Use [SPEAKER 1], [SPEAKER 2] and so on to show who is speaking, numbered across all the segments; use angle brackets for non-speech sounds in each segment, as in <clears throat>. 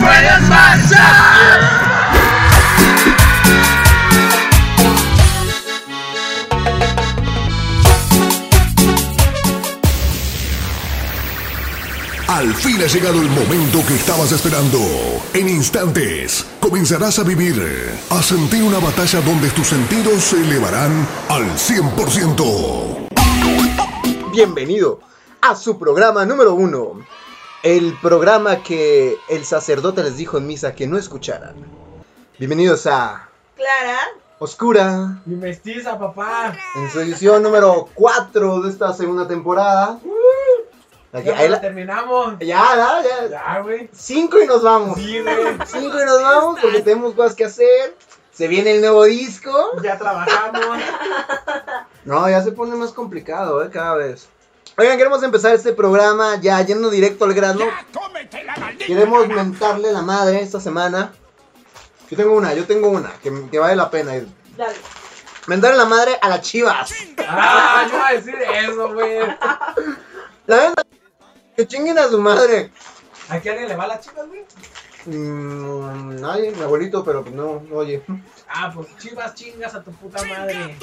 [SPEAKER 1] puedes marchar.
[SPEAKER 2] Al fin ha llegado el momento que estabas esperando. En instantes comenzarás a vivir, a sentir una batalla donde tus sentidos se elevarán al 100%.
[SPEAKER 3] Bienvenido a su programa número uno. El programa que el sacerdote les dijo en misa que no escucharan. Bienvenidos a
[SPEAKER 4] Clara.
[SPEAKER 3] Oscura,
[SPEAKER 5] Mi mestiza, papá.
[SPEAKER 3] en su edición número 4 de esta segunda temporada. La que-
[SPEAKER 5] Ya
[SPEAKER 3] ahí la-
[SPEAKER 5] terminamos.
[SPEAKER 3] ya, ya, ya.
[SPEAKER 5] Ya, güey.
[SPEAKER 3] Cinco y nos vamos.
[SPEAKER 5] Sí, güey.
[SPEAKER 3] Cinco y nos vamos porque tenemos cosas que hacer. Se viene el nuevo disco.
[SPEAKER 5] Ya trabajamos.
[SPEAKER 3] No, ya se pone más complicado, eh, cada vez. Oigan, queremos empezar este programa ya yendo directo al grano. Queremos mentarle la madre esta semana. Yo tengo una, yo tengo una, que, que vale la pena. ir.
[SPEAKER 4] Dale.
[SPEAKER 3] Mentarle la madre a las chivas.
[SPEAKER 5] Ah, no iba a decir eso, güey. ¿A
[SPEAKER 3] La neta, que chinguen a su madre.
[SPEAKER 5] qué alguien le va a las chivas, güey?
[SPEAKER 3] Mm, nadie, mi abuelito, pero pues no, oye.
[SPEAKER 5] Ah, pues chivas chingas a tu puta madre.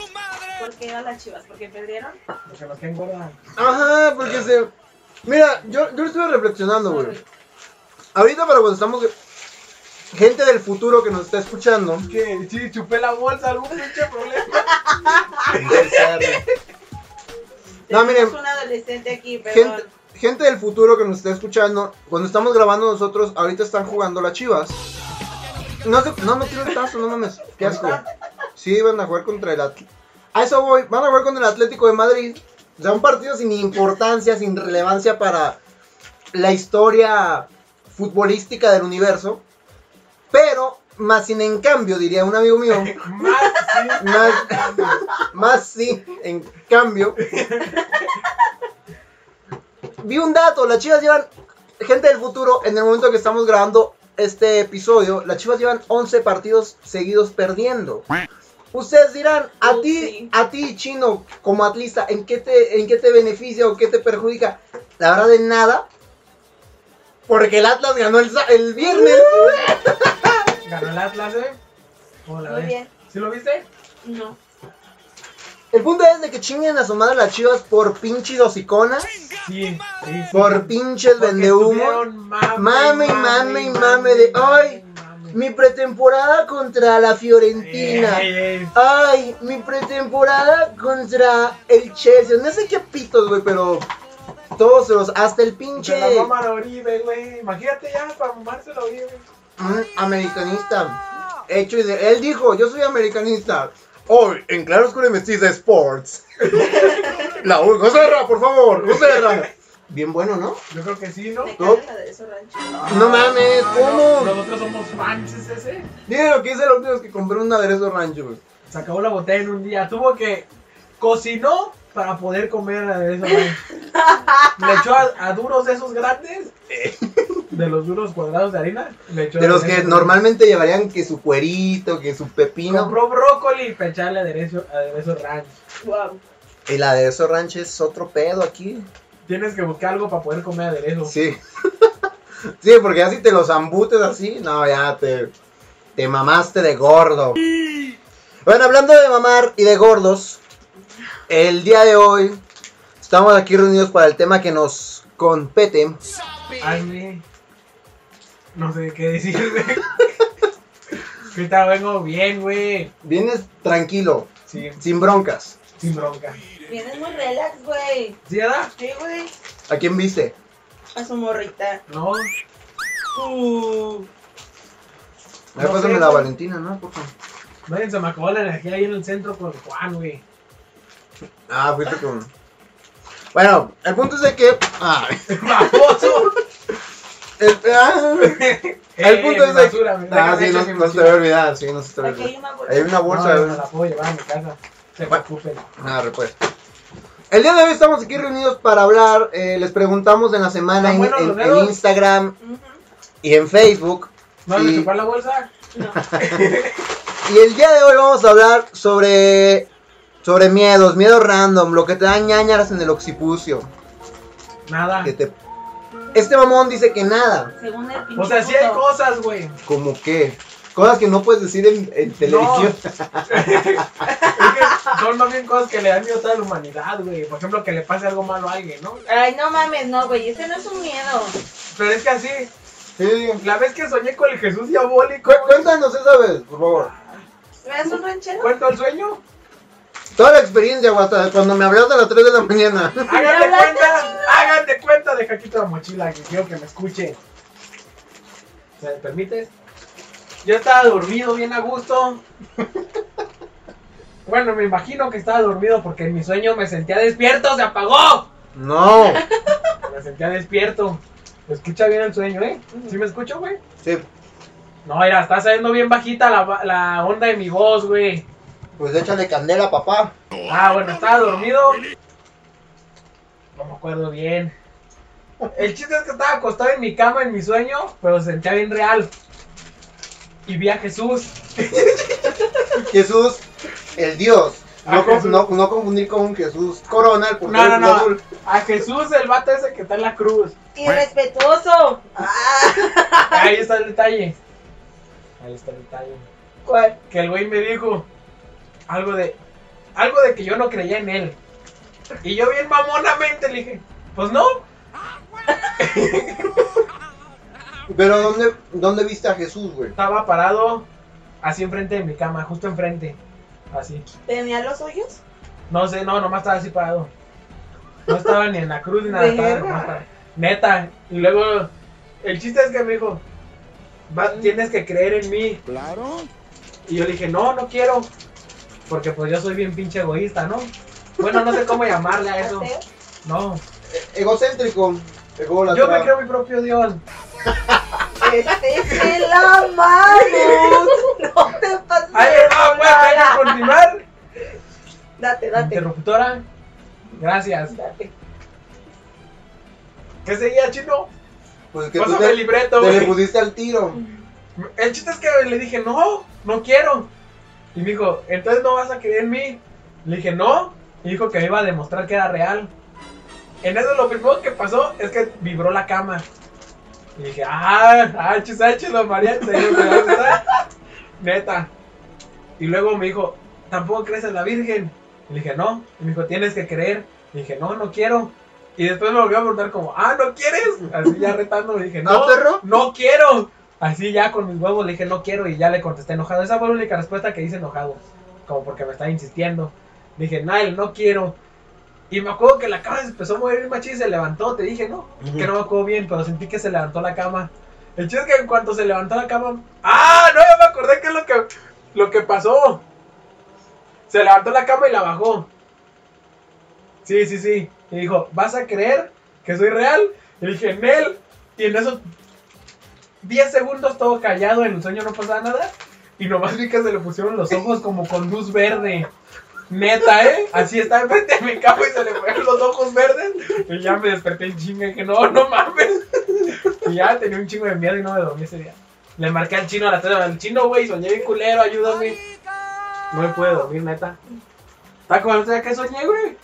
[SPEAKER 4] ¿Por qué a las chivas? ¿Porque perdieron?
[SPEAKER 5] Porque los que engordan.
[SPEAKER 3] Ajá, porque se. Mira, yo, yo lo estuve reflexionando, güey. Ahorita para cuando estamos. Gente del futuro que nos está escuchando.
[SPEAKER 5] ¿Qué? Sí, chupé la bolsa, algún pinche problema.
[SPEAKER 3] No, miren.
[SPEAKER 4] Es un adolescente aquí, perdón.
[SPEAKER 3] gente, gente del futuro que nos está escuchando, cuando estamos grabando nosotros, ahorita están jugando las chivas. No, se- no me tiro el tazo, no mames. Qué asco. Sí, van a jugar contra el Atlético. A eso voy, van a jugar contra el Atlético de Madrid. O sea, un partido sin importancia, sin relevancia para la historia futbolística del universo. Pero, más sin en cambio, diría un amigo mío,
[SPEAKER 5] Más, sí.
[SPEAKER 3] más, más sí, en cambio. Vi un dato, las chivas llevan, gente del futuro, en el momento que estamos grabando este episodio, las chivas llevan 11 partidos seguidos perdiendo. Ustedes dirán, a
[SPEAKER 4] Uh,
[SPEAKER 3] ti,
[SPEAKER 4] sí.
[SPEAKER 3] a ti chino, como atlista, ¿en qué, te, ¿en qué te beneficia o qué te perjudica? La verdad, en nada. Porque el Atlas ganó el, sa- el viernes.
[SPEAKER 5] Ganó el Atlas, eh. ¿Cómo la
[SPEAKER 4] Muy
[SPEAKER 5] ves?
[SPEAKER 4] bien.
[SPEAKER 5] ¿Sí lo viste?
[SPEAKER 4] No.
[SPEAKER 3] El punto es de que chinguen a su madre las chivas por pinches hociconas.
[SPEAKER 5] Sí. sí.
[SPEAKER 3] Por pinches
[SPEAKER 5] Porque
[SPEAKER 3] vendehumos.
[SPEAKER 5] estuvieron
[SPEAKER 3] Mame,
[SPEAKER 5] Mame,
[SPEAKER 3] mame, mame de, "Ay,
[SPEAKER 5] mame".
[SPEAKER 3] Mi pretemporada contra la Fiorentina.
[SPEAKER 5] Ey, ey.
[SPEAKER 3] Ay, mi pretemporada contra el Chelsea. No sé qué pitos, güey, pero todos se los. Hasta el pinche
[SPEAKER 5] Se la mama a la Oribe, güey. Imagínate ya para mamárselo a Oribe.
[SPEAKER 3] mm, americanista. Hecho y de- Él dijo: Yo soy americanista. Hoy, en Claro Oscuro y Mestiza Sports. <laughs> la U- José Herrera, por favor. José Herrera. Bien bueno, ¿no?
[SPEAKER 5] Yo creo que sí, ¿no?
[SPEAKER 4] Me
[SPEAKER 3] No.
[SPEAKER 4] cae el aderezo rancho.
[SPEAKER 3] No mames, ¿cómo?
[SPEAKER 5] Nosotros somos fans ese.
[SPEAKER 3] Miren lo que hice la última vez que compré un aderezo rancho, güey.
[SPEAKER 5] Se acabó la botella en un día. Tuvo que cocinó para poder comer aderezo. güey. Le echó a, a duros de esos grandes. De los duros cuadrados de harina. Le echó
[SPEAKER 3] De los
[SPEAKER 5] aderezo,
[SPEAKER 3] que
[SPEAKER 5] güey.
[SPEAKER 3] normalmente llevarían que su cuerito, que su pepino.
[SPEAKER 5] Compró brócoli para echarle aderezo, aderezo ranch.
[SPEAKER 4] Wow.
[SPEAKER 3] El aderezo ranch es otro pedo aquí.
[SPEAKER 5] Tienes que buscar algo para poder comer aderezo.
[SPEAKER 3] Sí. <laughs> sí, porque ya si te los ambutes así, no, ya te, te mamaste de gordo. Bueno, hablando de mamar y de gordos, el día de hoy estamos aquí reunidos para el tema que nos compete.
[SPEAKER 5] Ay, güey. No sé qué decir, güey. Ahorita vengo bien, güey.
[SPEAKER 3] Vienes tranquilo,
[SPEAKER 5] Sí,
[SPEAKER 3] sin broncas.
[SPEAKER 5] sin bronca.
[SPEAKER 4] Vienes muy relax, güey.
[SPEAKER 5] ¿Sí, verdad?
[SPEAKER 4] ¿Qué, güey?
[SPEAKER 3] ¿A quién viste?
[SPEAKER 4] A su morrita.
[SPEAKER 5] No.
[SPEAKER 4] Uh.
[SPEAKER 3] A ver,
[SPEAKER 5] No
[SPEAKER 3] pásame
[SPEAKER 5] sé,
[SPEAKER 3] la
[SPEAKER 5] güey.
[SPEAKER 3] Valentina, ¿no? Por favor.
[SPEAKER 5] Vayan, se me acabó la energía ahí en el centro con Juan, güey. <laughs>
[SPEAKER 3] Ah, fuiste con. Bueno, el punto es de que. Ah, <laughs>
[SPEAKER 5] ¡Baboso!
[SPEAKER 3] el, ah,
[SPEAKER 5] Eh,
[SPEAKER 3] el punto es de que. Ah, sí, no, no se te había olvidado, sí, no se te había
[SPEAKER 4] Aquí hay
[SPEAKER 3] olvidado.
[SPEAKER 4] una bolsa.
[SPEAKER 3] Hay una bolsa.
[SPEAKER 5] No,
[SPEAKER 3] ¿verdad?
[SPEAKER 5] no la puedo llevar a mi casa. Se
[SPEAKER 3] Bueno.
[SPEAKER 5] preocupen.
[SPEAKER 3] Ah, repuesto. El día de hoy estamos aquí reunidos para hablar. eh, les preguntamos en la semana
[SPEAKER 5] ¿Están
[SPEAKER 3] en,
[SPEAKER 5] buenos
[SPEAKER 3] en-
[SPEAKER 5] los
[SPEAKER 3] en
[SPEAKER 5] dedos?
[SPEAKER 3] Instagram
[SPEAKER 4] Ujú.
[SPEAKER 3] y en Facebook.
[SPEAKER 5] ¿No
[SPEAKER 3] Sí.
[SPEAKER 5] me chupar la bolsa?
[SPEAKER 4] No.
[SPEAKER 3] Y el día de hoy vamos a hablar sobre. Sobre miedos, miedos random, lo que te dan ñañaras en el occipucio.
[SPEAKER 5] Nada.
[SPEAKER 3] Que te. Este mamón dice que nada.
[SPEAKER 4] Según el pinche
[SPEAKER 5] O sea, sí hay
[SPEAKER 4] puto.
[SPEAKER 5] cosas, güey.
[SPEAKER 3] ¿Como qué? Cosas que no puedes decir en, en televisión.
[SPEAKER 5] <laughs> Es que son más bien cosas que le dan miedo a toda la humanidad, güey. Por ejemplo, que le pase algo malo a alguien, ¿no?
[SPEAKER 4] Ay, no mames, no, güey. Ese no es un miedo.
[SPEAKER 5] Pero es que así,
[SPEAKER 3] Sí.
[SPEAKER 5] la vez que soñé con el Jesús diabólico,
[SPEAKER 3] Cu- Cuéntanos esa vez, por favor.
[SPEAKER 4] ¿Me das un ranchero?
[SPEAKER 5] ¿cuento
[SPEAKER 3] <laughs>
[SPEAKER 5] el sueño?
[SPEAKER 3] Toda la experiencia, guata, de cuando me hablaste a las 3 de la mañana. <laughs>
[SPEAKER 5] Háganle
[SPEAKER 4] hablaste,
[SPEAKER 5] cuenta,
[SPEAKER 4] chingada.
[SPEAKER 5] háganle cuenta, deja aquí la mochila que quiero que me escuche. ¿Me permites? Yo estaba dormido bien a gusto.
[SPEAKER 3] <laughs>
[SPEAKER 5] Bueno, me imagino que estaba dormido porque en mi sueño me sentía despierto, se apagó.
[SPEAKER 3] No.
[SPEAKER 5] Me sentía despierto. ¿Me escucha bien el sueño, eh? ¿Sí me escucho, güey?
[SPEAKER 3] Sí,
[SPEAKER 5] No, mira, está saliendo bien bajita la, la onda de mi voz, güey.
[SPEAKER 3] pues échale candela, papá.
[SPEAKER 5] Ah, bueno, estaba dormido. No me acuerdo bien. El chiste es que estaba acostado en mi cama en mi sueño, pero se sentía bien real. Y vi a Jesús.
[SPEAKER 3] Jesús, el Dios.
[SPEAKER 5] Ah,
[SPEAKER 3] No, con-
[SPEAKER 5] Jesús.
[SPEAKER 3] no- no confundir con Jesús Corona, el portero
[SPEAKER 5] No, no,
[SPEAKER 3] del
[SPEAKER 5] no.
[SPEAKER 3] Cruz Azul.
[SPEAKER 5] A Jesús, el vato ese que está en la cruz.
[SPEAKER 4] Irrespetuoso. Ah,
[SPEAKER 5] Ahí está el detalle. Ahí está el detalle.
[SPEAKER 4] ¿Cuál?
[SPEAKER 5] Que el güey me dijo algo de. Algo de que yo no creía en él. Y yo bien mamonamente le dije, pues no.
[SPEAKER 3] Pero ¿dónde, ¿dónde viste a Jesús, güey?
[SPEAKER 5] Estaba parado así enfrente de mi cama, justo enfrente. Así.
[SPEAKER 4] ¿Tenía los hoyos?
[SPEAKER 5] No sé, no, nomás estaba así parado. No estaba ni en la cruz ni nada. estaba
[SPEAKER 4] Verga.
[SPEAKER 5] nomás parado. Neta. Y luego, el chiste es que me dijo, "Va- tienes que creer en mí. Claro. Y yo le dije, no, no quiero. Porque pues yo soy bien pinche egoísta, ¿no? Bueno, no sé cómo llamarle a eso.
[SPEAKER 4] ¿Ateo?
[SPEAKER 5] No.
[SPEAKER 3] Egocéntrico.
[SPEAKER 5] Yo me
[SPEAKER 3] ególatra.
[SPEAKER 5] creo mi propio Dios.
[SPEAKER 4] Este es el
[SPEAKER 3] <laughs>
[SPEAKER 4] Amarus. No te pases.
[SPEAKER 5] Ahí va, güey, hay que continuar.
[SPEAKER 4] Date, date.
[SPEAKER 5] Interruptora. Gracias.
[SPEAKER 4] Date.
[SPEAKER 5] ¿Qué seguía, chino?
[SPEAKER 3] Pues que tú
[SPEAKER 5] Pásame el
[SPEAKER 3] te,
[SPEAKER 5] libreto,
[SPEAKER 3] te le
[SPEAKER 5] güey.
[SPEAKER 3] pusiste al tiro.
[SPEAKER 5] El chiste es que le dije, no, no quiero. Y me dijo, entonces no vas a creer en mí. Le dije, no. Y dijo que me iba a demostrar que era real. En eso lo primero que pasó es que vibró la cama. Y dije, ah, ah, chisache, los mariachis. ahí los mariachis, ah". <laughs> Neta. Y luego me dijo, tampoco crees en la Virgen. Le dije, no. Y me dijo, tienes que creer. Le dije, no, no quiero. Y después me volvió a preguntar como, ah, ¿no quieres? Así ya retando, le dije, no,
[SPEAKER 3] ¿Ah, perro?
[SPEAKER 5] no quiero. Así ya con mis huevos le dije, no quiero y ya le contesté enojado. Esa fue la única respuesta que hice enojado. Como porque me estaba insistiendo. Le dije, Nile, no quiero. Y me acuerdo que la cama se empezó a mover bien machín y se levantó. Te dije, ¿no? Que no me acuerdo bien, pero sentí que se levantó la cama. El chiste es que en cuanto se levantó la cama... ¡Ah! No, ya me acordé que es lo que, lo que pasó. Se levantó la cama y la bajó. Sí, sí, sí. Y dijo, ¿vas a creer que soy real? Y dije, Nel. Y en esos 10 segundos todo callado, en el sueño no pasaba nada. Y nomás vi que se le pusieron los ojos como con luz verde. Neta, ¿eh? Así estaba enfrente de mi cama y se le fueron los ojos verdes. Y ya me desperté en chinga y dije, no, no mames. Y ya tenía un chingo de miedo y no me dormí ese día. Le marqué al chino a las 3 de la chino, güey, soñé bien culero, ayúdame. No me pude dormir, neta. Está como el otro día que soñé, güey.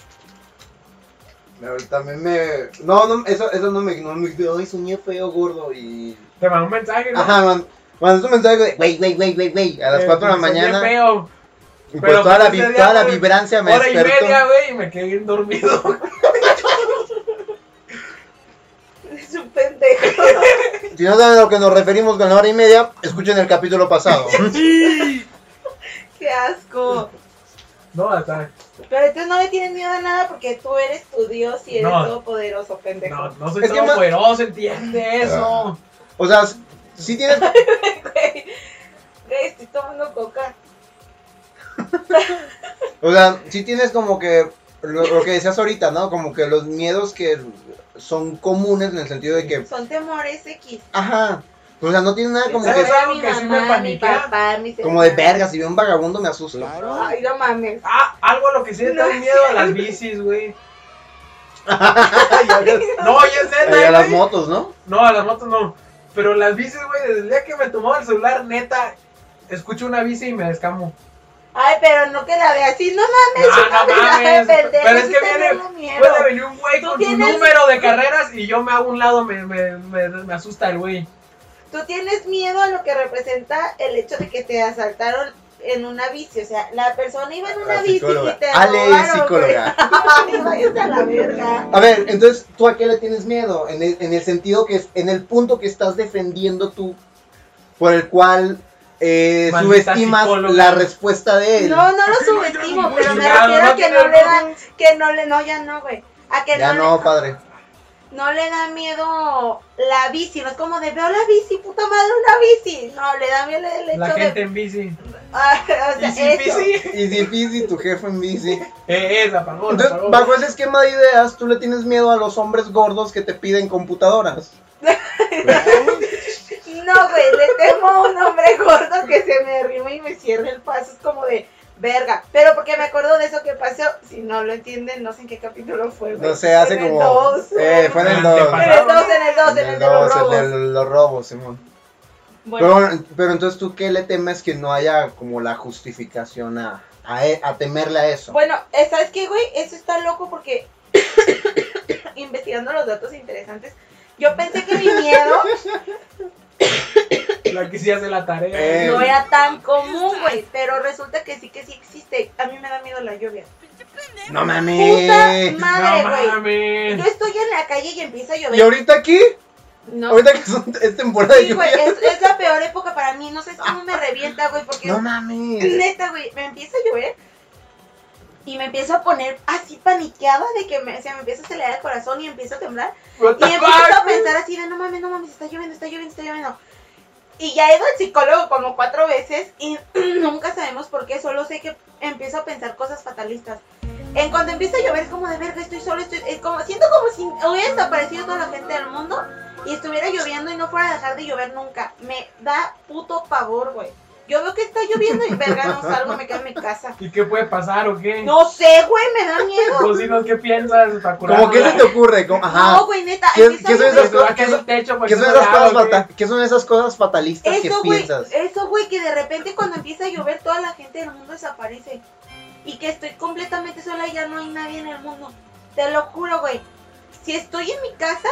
[SPEAKER 3] Pero también me... No, no, eso, eso no me... No me ay, soñé feo, gordo, y...
[SPEAKER 5] Te mandó un mensaje, ¿no?
[SPEAKER 3] Ajá, man. Mandaste un mensaje de, güey, güey, güey, güey, güey, a las
[SPEAKER 5] Eh,
[SPEAKER 3] 4 de la
[SPEAKER 5] soñé
[SPEAKER 3] mañana.
[SPEAKER 5] feo.
[SPEAKER 3] Y pues
[SPEAKER 5] pero
[SPEAKER 3] toda la,
[SPEAKER 5] pues
[SPEAKER 3] vi-
[SPEAKER 5] ese día
[SPEAKER 3] toda la
[SPEAKER 5] fue
[SPEAKER 3] vibrancia me
[SPEAKER 5] Hora y
[SPEAKER 3] despertó.
[SPEAKER 5] media, güey, y me quedé
[SPEAKER 3] <laughs>
[SPEAKER 5] bien dormido.
[SPEAKER 4] Es un pendejo. <laughs>
[SPEAKER 3] Si no saben a lo que nos referimos con la hora y media, escuchen el capítulo
[SPEAKER 5] <laughs>
[SPEAKER 3] pasado.
[SPEAKER 4] Qué asco.
[SPEAKER 5] No, hasta.
[SPEAKER 4] Pero entonces no le tienes miedo a nada porque tú eres tu Dios y eres
[SPEAKER 5] No.
[SPEAKER 4] todopoderoso, pendejo.
[SPEAKER 5] No, no soy
[SPEAKER 3] Es que Ah.
[SPEAKER 5] tan
[SPEAKER 3] ma-
[SPEAKER 5] poderoso, entiende eso.
[SPEAKER 3] O sea, sí tienes.
[SPEAKER 4] Güey, güey, estoy tomando coca.
[SPEAKER 3] O sea, sí tienes como que. Lo, lo que decías ahorita, ¿no? Como que los miedos que son comunes en el sentido de que.
[SPEAKER 4] Son temores X.
[SPEAKER 3] Ajá. O sea, no tiene nada Ah, como
[SPEAKER 5] ¿Sabes
[SPEAKER 3] que.
[SPEAKER 5] algo
[SPEAKER 4] mi
[SPEAKER 5] que sí me
[SPEAKER 4] mamá, mi
[SPEAKER 5] paniquea?
[SPEAKER 4] papá, mis
[SPEAKER 3] Como de
[SPEAKER 4] hermanos.
[SPEAKER 3] verga, si veo un vagabundo me asusto. <laughs>
[SPEAKER 4] Ay, no mames.
[SPEAKER 5] Ah, algo a lo que sí le
[SPEAKER 4] No
[SPEAKER 5] tengo
[SPEAKER 4] es
[SPEAKER 5] miedo a las
[SPEAKER 4] cierto.
[SPEAKER 5] bicis, güey.
[SPEAKER 3] Ay, a ver.
[SPEAKER 5] No, ya es neta.
[SPEAKER 3] Ay, a las
[SPEAKER 5] güey.
[SPEAKER 3] motos, ¿no?
[SPEAKER 5] No, a las motos no. Pero las bicis, güey, desde el día que me tomaba el celular, neta, escucho una bici y me descamo.
[SPEAKER 4] Ay, pero no que la vea así, no mames,
[SPEAKER 5] No, no mames. Pero es que viene, puede
[SPEAKER 4] viene.
[SPEAKER 5] venir un güey
[SPEAKER 4] Tú
[SPEAKER 5] con su
[SPEAKER 4] tienes-
[SPEAKER 5] número de carreras y yo me hago un lado, me, me, me, me asusta el güey.
[SPEAKER 4] Tú tienes miedo a lo que representa el hecho de que te asaltaron en una bici, o sea, la persona iba en una
[SPEAKER 6] La
[SPEAKER 4] bici y
[SPEAKER 6] psicóloga.
[SPEAKER 4] te
[SPEAKER 3] Ale es
[SPEAKER 4] robaron, güey.
[SPEAKER 3] psicóloga.
[SPEAKER 4] <laughs> Ay, váyase a la verga.
[SPEAKER 3] A ver, entonces, ¿tú a qué le tienes miedo? En el, en el sentido que es, en el punto que estás defendiendo tú, por el cual eh,
[SPEAKER 5] Maldita
[SPEAKER 3] subestimas
[SPEAKER 5] psicóloga.
[SPEAKER 3] la respuesta de él.
[SPEAKER 4] No, no lo subestimo, pero me
[SPEAKER 5] Chingado,
[SPEAKER 4] refiero
[SPEAKER 5] no
[SPEAKER 4] a que
[SPEAKER 5] tiene
[SPEAKER 4] no le dan, que no le, no, ya no, güey. A que
[SPEAKER 3] ya
[SPEAKER 4] no,
[SPEAKER 3] no,
[SPEAKER 4] le,
[SPEAKER 3] padre.
[SPEAKER 4] no le da miedo la bici, no es como de veo la bici, puta madre, una bici. No, le da miedo el hecho
[SPEAKER 5] La
[SPEAKER 4] de.
[SPEAKER 5] gente en bici.
[SPEAKER 4] Ah, <laughs> o sea,
[SPEAKER 5] Y sin
[SPEAKER 4] eso.
[SPEAKER 5] bici.
[SPEAKER 3] Y difícil tu jefe en bici.
[SPEAKER 5] Eh, es, la pagó, la
[SPEAKER 3] Entonces,
[SPEAKER 5] pagó.
[SPEAKER 3] bajo ese esquema de ideas, tú le tienes miedo a los hombres gordos que te piden computadoras.
[SPEAKER 4] No, güey, le temo a un hombre gordo que se me arrima y me cierre el paso. Es como de verga. Pero porque me acuerdo de eso que pasó. Si no lo entienden, no sé en qué capítulo fue. güey.
[SPEAKER 3] No sé, hace
[SPEAKER 4] En el
[SPEAKER 3] como.
[SPEAKER 4] dos.
[SPEAKER 3] Eh, fue en el 2.
[SPEAKER 4] En el 2, en el 2, en el de los robos.
[SPEAKER 3] el de los robos, Simón.
[SPEAKER 4] Bueno,
[SPEAKER 3] Pero, pero entonces, ¿tú qué le temes que no haya como la justificación a, a, e- a temerle a eso?
[SPEAKER 4] bueno, eh, ¿sabes qué, güey? Eso está loco porque <coughs> investigando los datos interesantes, yo pensé que mi
[SPEAKER 3] <laughs>
[SPEAKER 4] miedo
[SPEAKER 5] La que sí hace la tarea.
[SPEAKER 3] Eh.
[SPEAKER 4] no era tan común, güey. Pero resulta que sí que sí existe. A mí me da miedo la lluvia.
[SPEAKER 3] No
[SPEAKER 4] Puta
[SPEAKER 3] mames.
[SPEAKER 4] madre,
[SPEAKER 5] no
[SPEAKER 4] güey.
[SPEAKER 5] mames.
[SPEAKER 4] Yo estoy en la calle y empieza a llover.
[SPEAKER 3] ¿Y ahorita aquí?
[SPEAKER 4] No.
[SPEAKER 3] Ahorita que son- es temporada de
[SPEAKER 4] Sí, güey,
[SPEAKER 3] lluvia.
[SPEAKER 4] es, es la peor época para mí. No sé cómo me revienta, güey, porque
[SPEAKER 3] No mames.
[SPEAKER 4] neta, güey, me empieza a llover y me empiezo a poner así paniqueada de que me, o sea, me empieza a acelerar el corazón y empiezo a temblar.
[SPEAKER 5] What
[SPEAKER 4] Y
[SPEAKER 5] the
[SPEAKER 4] empiezo a
[SPEAKER 5] fuck?
[SPEAKER 4] pensar así de no mames, no mames, está lloviendo, está lloviendo, está lloviendo. Y ya he ido al psicólogo como cuatro veces y <clears throat> nunca sabemos por qué, solo sé que empiezo a pensar cosas fatalistas. En cuanto empieza a llover es como de verga, estoy solo, estoy, es como, siento como si hubiera desaparecido toda la gente del mundo y estuviera lloviendo y no fuera a dejar de llover nunca. Me da puto pavor, güey. Yo veo que está lloviendo y verga, no salgo, me quedo en mi
[SPEAKER 5] <laughs>
[SPEAKER 4] casa.
[SPEAKER 5] ¿Y qué puede pasar o qué?
[SPEAKER 4] No sé, güey, me da miedo.
[SPEAKER 5] Cocinos, ¿qué piensas? Para
[SPEAKER 3] ¿Cómo qué se te ocurre? Como- Ajá.
[SPEAKER 4] No, güey, neta.
[SPEAKER 3] ¿Qué-
[SPEAKER 4] empieza a
[SPEAKER 3] qué son
[SPEAKER 4] llover.
[SPEAKER 3] esas cosas? ¿Qué son-
[SPEAKER 5] pues,
[SPEAKER 3] ¿Qué son, esas cosas fata- qué son esas cosas fatalistas
[SPEAKER 4] Eso,
[SPEAKER 3] que
[SPEAKER 4] güey, eh,
[SPEAKER 3] piensas?
[SPEAKER 4] eso, güey, que de repente cuando empieza a llover toda la gente del mundo desaparece. Y que estoy completamente sola y ya no hay nadie en el mundo. Te lo juro, güey. Si estoy en mi casa,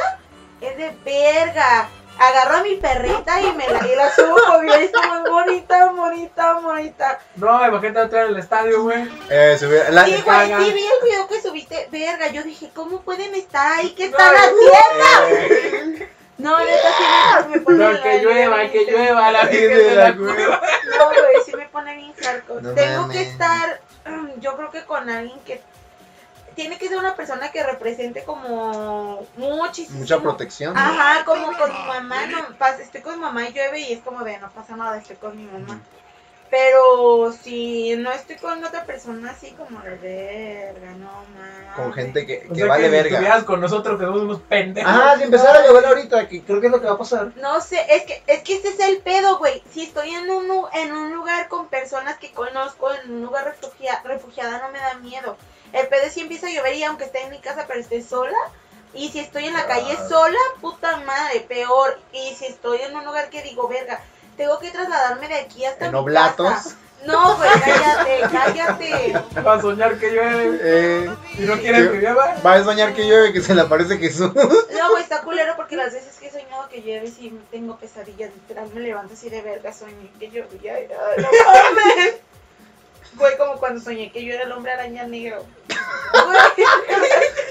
[SPEAKER 4] es de verga. Agarro a mi perrita y me la, y la subo porque es muy bonita, bonita, bonita.
[SPEAKER 5] No, imagínate otra en el estadio, güey.
[SPEAKER 3] Eh, se hubiera- la-
[SPEAKER 4] Sí, güey,
[SPEAKER 5] caga.
[SPEAKER 4] sí vi el video que subiste. Verga, yo dije, ¿cómo pueden estar ahí? ¿Qué están
[SPEAKER 5] No,
[SPEAKER 4] haciendo?
[SPEAKER 3] eh,
[SPEAKER 4] No, neta, sí me, me pone
[SPEAKER 5] No,
[SPEAKER 4] la-
[SPEAKER 5] que llueva, que llueva, la
[SPEAKER 3] Sí,
[SPEAKER 5] virgen
[SPEAKER 3] de
[SPEAKER 5] de
[SPEAKER 3] la
[SPEAKER 5] la cueva.
[SPEAKER 4] No, güey, sí me pone bien sarco.
[SPEAKER 3] No
[SPEAKER 4] Tengo
[SPEAKER 3] mames.
[SPEAKER 4] que estar, mm, yo creo que con alguien que... Tiene que ser una persona que represente como muchísimo.
[SPEAKER 3] Mucha protección. ¿no?
[SPEAKER 4] Ajá, como con mi mamá. No, pasa- estoy con mi mamá y llueve y es como de no pasa nada, estoy con mi mamá. Pero si no estoy con otra persona así como de verga, no mames.
[SPEAKER 3] Con gente que, que
[SPEAKER 5] O sea,
[SPEAKER 3] vale
[SPEAKER 5] que si
[SPEAKER 3] verga.
[SPEAKER 5] estuvieras con nosotros, que somos unos pendejos.
[SPEAKER 3] Ajá, si empezara a llover ahorita, que creo que es lo que va a pasar.
[SPEAKER 4] No sé, es que, es que ese es el pedo, güey. Si estoy en un, lu- en un lugar con personas que conozco, en un lugar refugia- refugiada, no me da miedo. El pedo es si empieza a llover y aunque esté en mi casa, pero esté sola. Y si estoy en la calle
[SPEAKER 3] Ah.
[SPEAKER 4] sola, puta madre, peor. Y si estoy en un lugar que digo, verga, tengo que trasladarme de aquí hasta
[SPEAKER 3] En
[SPEAKER 4] mi
[SPEAKER 3] oblatos.
[SPEAKER 4] casa. No, güey, cállate, cállate.
[SPEAKER 5] Va a soñar que llueve.
[SPEAKER 3] Eh,
[SPEAKER 5] ¿Y no quieres que llueva? <laughs>
[SPEAKER 3] va a soñar que llueve que se le aparece Jesús. <laughs>
[SPEAKER 4] No, güey, está culero porque las veces que he soñado que llueve, sí tengo pesadillas. Literal, me levanto así de verga, soñé que llovía. y, ay, No mames. Güey, como cuando soñé que yo era el hombre araña negro. Güey,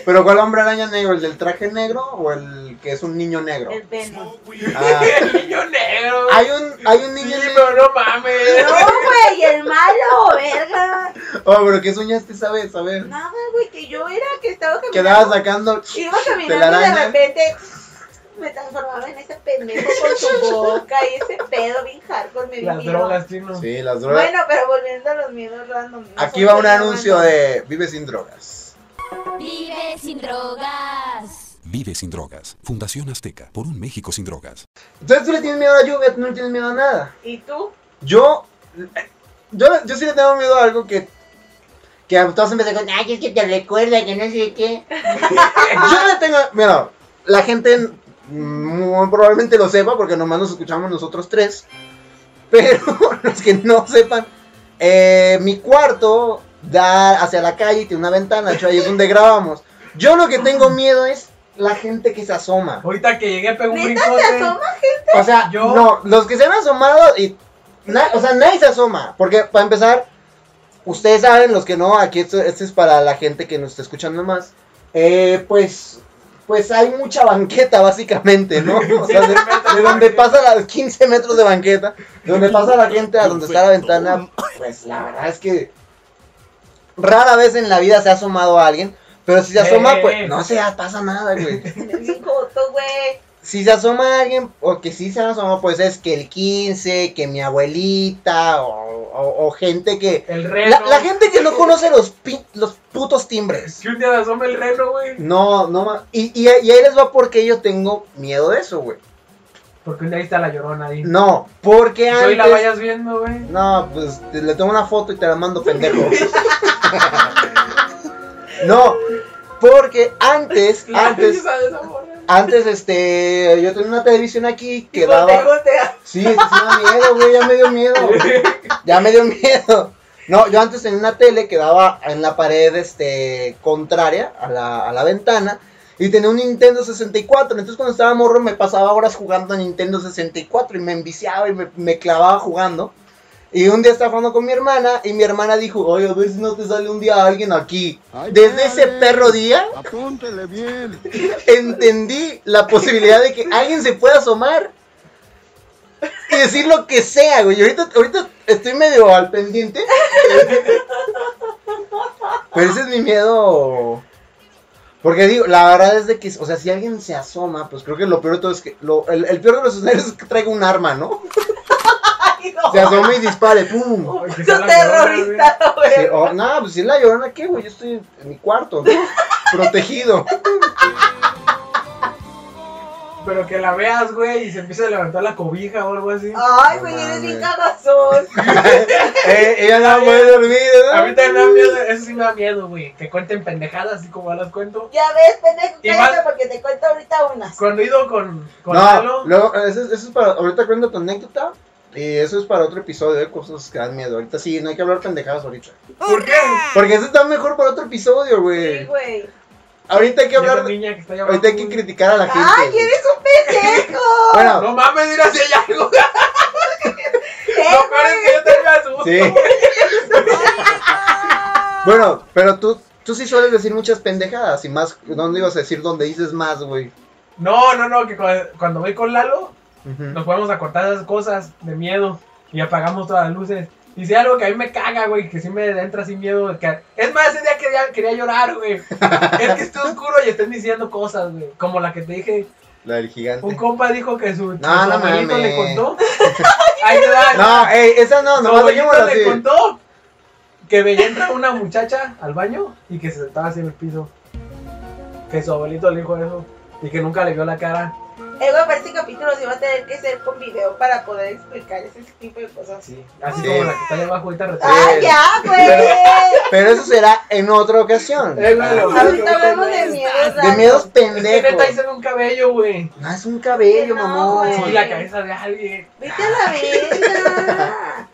[SPEAKER 3] Pero ¿cuál hombre araña negro? ¿El del traje negro o el que es un niño negro?
[SPEAKER 4] el Venom.
[SPEAKER 3] Ah,
[SPEAKER 4] <laughs>
[SPEAKER 5] El niño negro.
[SPEAKER 3] hay un, hay un
[SPEAKER 5] sí,
[SPEAKER 3] niño
[SPEAKER 5] pero
[SPEAKER 3] negro.
[SPEAKER 5] no mames.
[SPEAKER 4] No, güey, el malo, verga.
[SPEAKER 3] Oh, pero ¿qué soñaste esa vez? A ver.
[SPEAKER 4] Nada, güey, que yo era que estaba caminando.
[SPEAKER 3] Quedaba sacando.
[SPEAKER 4] Iba caminando y de
[SPEAKER 3] Telaraña.
[SPEAKER 4] repente me transformaba en ese pendejo con
[SPEAKER 3] <laughs>
[SPEAKER 4] su boca y ese pedo bien hardcore me
[SPEAKER 5] Las
[SPEAKER 4] vino.
[SPEAKER 5] drogas, chino.
[SPEAKER 3] Sí, las drogas.
[SPEAKER 4] Bueno, pero volviendo a los miedos random. no
[SPEAKER 3] Aquí
[SPEAKER 4] son
[SPEAKER 3] va un
[SPEAKER 4] tan
[SPEAKER 3] anuncio
[SPEAKER 4] random.
[SPEAKER 3] de Vive sin drogas.
[SPEAKER 7] Vive sin drogas.
[SPEAKER 2] Vive sin drogas. Fundación Azteca por un México sin drogas.
[SPEAKER 3] Entonces tú le tienes miedo a la lluvia, tú no le tienes miedo a nada.
[SPEAKER 4] ¿Y tú?
[SPEAKER 3] Yo, eh, yo, yo sí le tengo miedo a algo que, que a todos empiezan con, ay, es que te recuerda, que no sé qué. yo le tengo, mira, la gente mm, probablemente <laughs> lo sepa porque nomás nos escuchamos nosotros tres, pero los que no sepan, eh, mi cuarto da hacia la calle y tiene una ventana, de hecho, ahí es donde grabamos. Yo lo que tengo miedo es la gente que se asoma.
[SPEAKER 5] Ahorita que llegué pegó un
[SPEAKER 4] ¿Neta
[SPEAKER 5] brincote.
[SPEAKER 4] se asoma?
[SPEAKER 3] O sea,
[SPEAKER 5] Yo-
[SPEAKER 3] no, los que se han asomado y na- o sea, nadie se asoma, porque para empezar, ustedes saben, los que no, aquí esto, esto es para la gente que nos está escuchando más. eh, pues pues hay mucha banqueta básicamente, <laughs> ¿no? O sea, de, de donde pasa las 15 metros de banqueta, de donde pasa la gente a donde está la ventana, pues la verdad es que rara vez en la vida se ha asomado a alguien, pero si se asoma,
[SPEAKER 5] Eh.
[SPEAKER 3] pues no se pasa nada, güey
[SPEAKER 4] Se le vi joto, güey.
[SPEAKER 3] si se asoma alguien, o que sí se han asomado, pues es que el 15, que mi abuelita, o, o- o gente que...
[SPEAKER 5] El reno.
[SPEAKER 3] La, la gente que no conoce los, pi- los putos timbres.
[SPEAKER 5] Que un día se asoma el reno, güey.
[SPEAKER 3] No, no, ma- y, y, y ahí les va porque yo tengo miedo de eso, güey.
[SPEAKER 5] Porque un día ahí está la llorona ahí.
[SPEAKER 3] No, porque
[SPEAKER 5] Y hoy
[SPEAKER 3] antes...
[SPEAKER 5] la vayas viendo, güey.
[SPEAKER 3] No, pues te- le tomo una foto y te la mando, pendejo. <laughs> no, porque antes, antes,
[SPEAKER 5] risa de esa morra.
[SPEAKER 3] antes, este, yo tenía una televisión aquí que
[SPEAKER 4] Y
[SPEAKER 3] daba...
[SPEAKER 4] gotea, gotea.
[SPEAKER 3] Sí, esto sí me da miedo, güey, ya me dio miedo. Ya me dio miedo. No, yo antes tenía una tele que daba en la pared este, contraria a la, a la ventana y tenía un Nintendo 64. Entonces cuando estaba morro me pasaba horas jugando a Nintendo 64 y me enviciaba y me, me clavaba jugando. Y un día estaba jugando con mi hermana y mi hermana dijo, oye, a ver si no te sale un día alguien aquí. Desde ese perro día
[SPEAKER 8] Apúntele bien.
[SPEAKER 3] <laughs> entendí la posibilidad de que alguien se pueda asomar y decir lo que sea, güey. Ahorita, ahorita estoy medio al pendiente. Pero ese es mi miedo. Porque digo, la verdad es de que, o sea, si alguien se asoma, pues creo que lo peor de todo es que, lo- el, el peor de los escenarios es que traiga un arma, ¿no?
[SPEAKER 4] Ay, no.
[SPEAKER 3] Se asome y dispare, ¡pum!
[SPEAKER 5] Ay, que sea
[SPEAKER 4] Yo
[SPEAKER 5] la
[SPEAKER 4] terrorista,
[SPEAKER 5] llorona,
[SPEAKER 3] Sí,
[SPEAKER 4] güey.
[SPEAKER 3] o- no, pues si es la llorona, ¿qué, güey? Yo estoy en mi cuarto, protegido.
[SPEAKER 5] güey. Pero que la veas, güey, y se empieza a levantar la cobija o algo así.
[SPEAKER 4] Ay,
[SPEAKER 3] No
[SPEAKER 4] güey, eres bien
[SPEAKER 3] mames.
[SPEAKER 4] cagazón.
[SPEAKER 3] Eh, ella no puede dormir, ¿no?
[SPEAKER 5] A mí también me da miedo, eso sí me da miedo, güey. Que cuenten pendejadas así como ya las cuento.
[SPEAKER 4] Ya ves, pendejo,
[SPEAKER 5] Y
[SPEAKER 4] cállate
[SPEAKER 5] más-
[SPEAKER 4] porque te cuento ahorita unas.
[SPEAKER 5] Cuando he ido con, con
[SPEAKER 3] No,
[SPEAKER 5] Lalo,
[SPEAKER 3] luego, eso, es- eso es para. Ahorita cuento tu anécdota. Y eso es para otro episodio de cosas que dan miedo. Ahorita sí, no hay que hablar pendejadas ahorita.
[SPEAKER 5] ¿por qué?
[SPEAKER 3] Porque eso está mejor para otro episodio,
[SPEAKER 4] Ah. Sí,
[SPEAKER 3] güey.
[SPEAKER 4] güey.
[SPEAKER 3] ahorita hay que
[SPEAKER 5] Y esa
[SPEAKER 3] hablar. de-
[SPEAKER 5] niña que está llamando,
[SPEAKER 3] Ahorita hay que
[SPEAKER 5] güey.
[SPEAKER 3] criticar a la gente.
[SPEAKER 4] Ay,
[SPEAKER 3] güey.
[SPEAKER 4] eres un pendejo.
[SPEAKER 3] <laughs> Bueno,
[SPEAKER 5] No mames, dirás si hay algo.
[SPEAKER 4] Eh,
[SPEAKER 5] Lo peor es que yo te me asusto.
[SPEAKER 3] Sí. bueno, pero tú, tú sí sueles decir muchas pendejadas. Y más, ¿dónde ibas a decir dónde dices más, güey?
[SPEAKER 5] No, no, no, que cua- cuando voy con Lalo,
[SPEAKER 3] Ujú.
[SPEAKER 5] nos podemos acortar esas cosas de miedo y apagamos todas las luces. Y si hay algo que a mí me caga, güey, que sí me entra así miedo. que- Es más, ese día quería, quería llorar, güey. es que esté oscuro y estén diciendo cosas, güey. Como la que te dije,
[SPEAKER 3] La del gigante.
[SPEAKER 5] un compa dijo que su, que
[SPEAKER 3] No,
[SPEAKER 5] su
[SPEAKER 3] no
[SPEAKER 5] abuelito
[SPEAKER 3] mames. <laughs>
[SPEAKER 5] le contó. Ahí te da.
[SPEAKER 3] No, ey, esa no,
[SPEAKER 5] su
[SPEAKER 3] no
[SPEAKER 5] abuelito
[SPEAKER 3] dejémosla
[SPEAKER 5] le
[SPEAKER 3] así.
[SPEAKER 5] contó que veía entrar una muchacha al baño y que se sentaba así en el piso. Que su abuelito le dijo eso y que nunca le vio la cara.
[SPEAKER 4] güey, para este capítulo sí va a tener que ser con video para poder explicar ese tipo de cosas.
[SPEAKER 5] Sí, así
[SPEAKER 3] Sí.
[SPEAKER 5] como la que está allá abajo ahorita retirada.
[SPEAKER 4] Ah,
[SPEAKER 3] Sí.
[SPEAKER 4] ya, güey.
[SPEAKER 3] Pero eso será en otra ocasión.
[SPEAKER 5] Eh, güey, lo-
[SPEAKER 4] Ahorita hablamos de miedos.
[SPEAKER 3] De miedos
[SPEAKER 5] Es que neta ahí
[SPEAKER 3] pendejos.
[SPEAKER 5] se ve un cabello, güey.
[SPEAKER 3] No, es un cabello,
[SPEAKER 4] No,
[SPEAKER 3] mamón.
[SPEAKER 4] güey.
[SPEAKER 5] Y
[SPEAKER 4] Sí.
[SPEAKER 5] la cabeza de alguien.
[SPEAKER 4] Vete a la verga.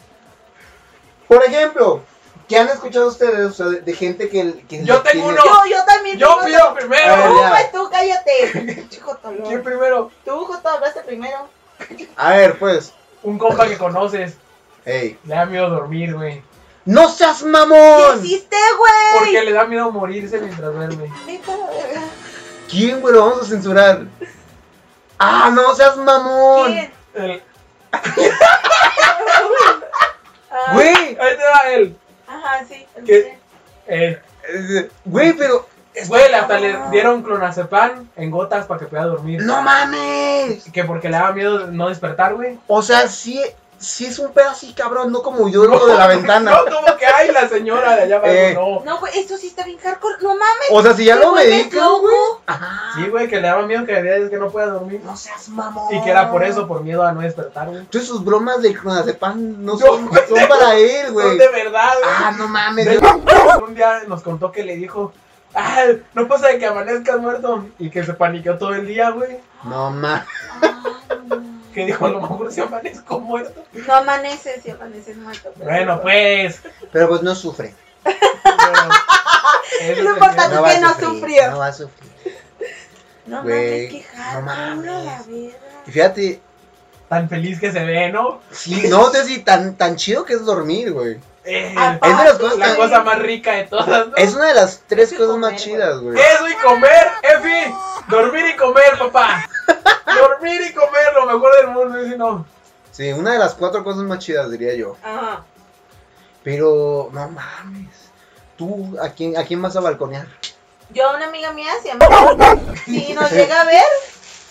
[SPEAKER 3] Por ejemplo, ¿qué han escuchado ustedes? O sea, de, de gente que, que
[SPEAKER 5] Yo tengo
[SPEAKER 3] tiene-
[SPEAKER 5] uno.
[SPEAKER 4] Yo, yo también.
[SPEAKER 5] Yo
[SPEAKER 4] tengo
[SPEAKER 5] pido
[SPEAKER 4] otro.
[SPEAKER 5] primero.
[SPEAKER 3] Ah,
[SPEAKER 4] Tú,
[SPEAKER 3] ya.
[SPEAKER 4] güey, tú,
[SPEAKER 3] <laughs>
[SPEAKER 4] cállate. Chico tolón.
[SPEAKER 5] ¿Quién primero?
[SPEAKER 4] Tú, Joto, hablaste primero.
[SPEAKER 3] A ver, pues.
[SPEAKER 5] Un compa que conoces.
[SPEAKER 3] Ey.
[SPEAKER 5] Le da miedo dormir, güey.
[SPEAKER 3] ¡No seas
[SPEAKER 4] ¿Qué
[SPEAKER 3] mamón!
[SPEAKER 4] hiciste,
[SPEAKER 5] Porque
[SPEAKER 4] güey?
[SPEAKER 5] le da miedo morirse mientras duerme.
[SPEAKER 4] Vete a la verga.
[SPEAKER 3] ¿Quién, güey? Lo vamos a censurar. ¡Ah, no seas mamón!
[SPEAKER 4] ¿Quién?
[SPEAKER 5] El-
[SPEAKER 4] Ah,
[SPEAKER 3] Güey,
[SPEAKER 5] ahí te va él.
[SPEAKER 4] Ajá, sí. el
[SPEAKER 5] ¿Qué?
[SPEAKER 4] José.
[SPEAKER 5] Eh,
[SPEAKER 3] eh, güey, pero.
[SPEAKER 5] Güey, hasta le dieron clonazepam en gotas para que pueda dormir.
[SPEAKER 3] ¡No mames!
[SPEAKER 5] Que porque le daba miedo no despertar, güey.
[SPEAKER 3] O sea, sí, sí es un pedo así, cabrón, no como yo lo de
[SPEAKER 5] <laughs>
[SPEAKER 3] la ventana.
[SPEAKER 5] No, como que hay la señora de allá abajo,
[SPEAKER 3] Eh.
[SPEAKER 5] no.
[SPEAKER 4] No, güey, esto sí está bien hardcore. No mames.
[SPEAKER 3] O sea, si ya
[SPEAKER 4] ¿te
[SPEAKER 3] lo
[SPEAKER 4] vuelves
[SPEAKER 3] medico,
[SPEAKER 4] loco?
[SPEAKER 3] güey. Ajá.
[SPEAKER 5] Sí, güey, que le daba miedo que había días que no pueda dormir.
[SPEAKER 3] No seas mamón.
[SPEAKER 5] Y que era por eso, por miedo a no despertar, güey.
[SPEAKER 3] Entonces sus bromas de clonazepam no son,
[SPEAKER 5] güey.
[SPEAKER 3] son para él,
[SPEAKER 5] No,
[SPEAKER 3] güey.
[SPEAKER 5] Pues, de verdad, güey.
[SPEAKER 3] Ah, no mames.
[SPEAKER 5] De
[SPEAKER 3] yo-
[SPEAKER 5] hecho, un día nos contó que le dijo, ah, no pasa de que amanezcas muerto. Y que se paniqueó todo el día, güey.
[SPEAKER 3] No mames.
[SPEAKER 5] Que que dijo, a lo mejor se amanezco muerto.
[SPEAKER 4] No amaneces y amaneces muerto. pero-
[SPEAKER 5] Bueno, pues.
[SPEAKER 3] Pero pues no sufre. <laughs>
[SPEAKER 5] Eso
[SPEAKER 4] Lo
[SPEAKER 5] sería-
[SPEAKER 4] importante-
[SPEAKER 3] No va
[SPEAKER 4] Que no
[SPEAKER 3] a sufrir.
[SPEAKER 4] sufrió.
[SPEAKER 3] No va a sufrir.
[SPEAKER 4] No
[SPEAKER 3] Güey,
[SPEAKER 4] mames, qué jato,
[SPEAKER 3] no mames.
[SPEAKER 4] uno, la
[SPEAKER 3] Y
[SPEAKER 4] verga.
[SPEAKER 3] fíjate,
[SPEAKER 5] Tan feliz que se ve, ¿no?
[SPEAKER 3] sí,
[SPEAKER 4] <laughs>
[SPEAKER 3] no sé si tan, tan chido que es dormir, güey.
[SPEAKER 5] Eh,
[SPEAKER 4] Aparte,
[SPEAKER 3] es de las cosas-
[SPEAKER 5] la
[SPEAKER 3] <laughs>
[SPEAKER 4] güey.
[SPEAKER 5] cosa más rica de todas, ¿no?
[SPEAKER 3] Es una de las tres
[SPEAKER 4] Es que
[SPEAKER 3] cosas más
[SPEAKER 4] comer,
[SPEAKER 3] chidas, güey.
[SPEAKER 5] Eso y comer, Efi. Dormir y comer, papá. Dormir y comer, lo mejor del mundo. Y si no.
[SPEAKER 3] Sí, una de las cuatro cosas más chidas, diría yo.
[SPEAKER 4] Ajá.
[SPEAKER 3] Pero, no mames. ¿Tú a quién, a quién vas a balconear?
[SPEAKER 4] Yo a una amiga mía, si, a mí- si nos llega a ver,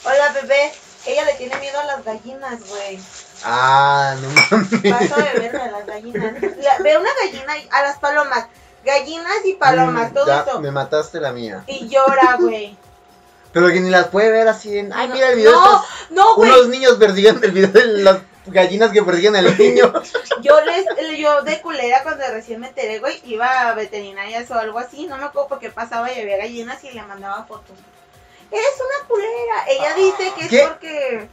[SPEAKER 4] hola bebé, ella le tiene miedo a las gallinas, güey.
[SPEAKER 3] Ah, no mames.
[SPEAKER 4] Paso de verga a las gallinas. La- ve una gallina, y- a las palomas. Gallinas y palomas,
[SPEAKER 3] Mm,
[SPEAKER 4] todo
[SPEAKER 3] ya,
[SPEAKER 4] eso.
[SPEAKER 3] Me mataste la mía.
[SPEAKER 4] Y llora, güey.
[SPEAKER 3] Pero que ni las puede ver así en. Ay,
[SPEAKER 4] No,
[SPEAKER 3] mira el video. de
[SPEAKER 4] No,
[SPEAKER 3] estos-
[SPEAKER 4] no, güey.
[SPEAKER 3] unos niños persiguen el video de las gallinas que persiguen al <laughs> niño.
[SPEAKER 4] Yo les, yo de culera cuando recién me enteré, güey, iba a veterinarias o algo así, no me acuerdo porque pasaba y había gallinas y le mandaba fotos. Eres una culera. Ella dice que es
[SPEAKER 3] ¿Qué?
[SPEAKER 4] porque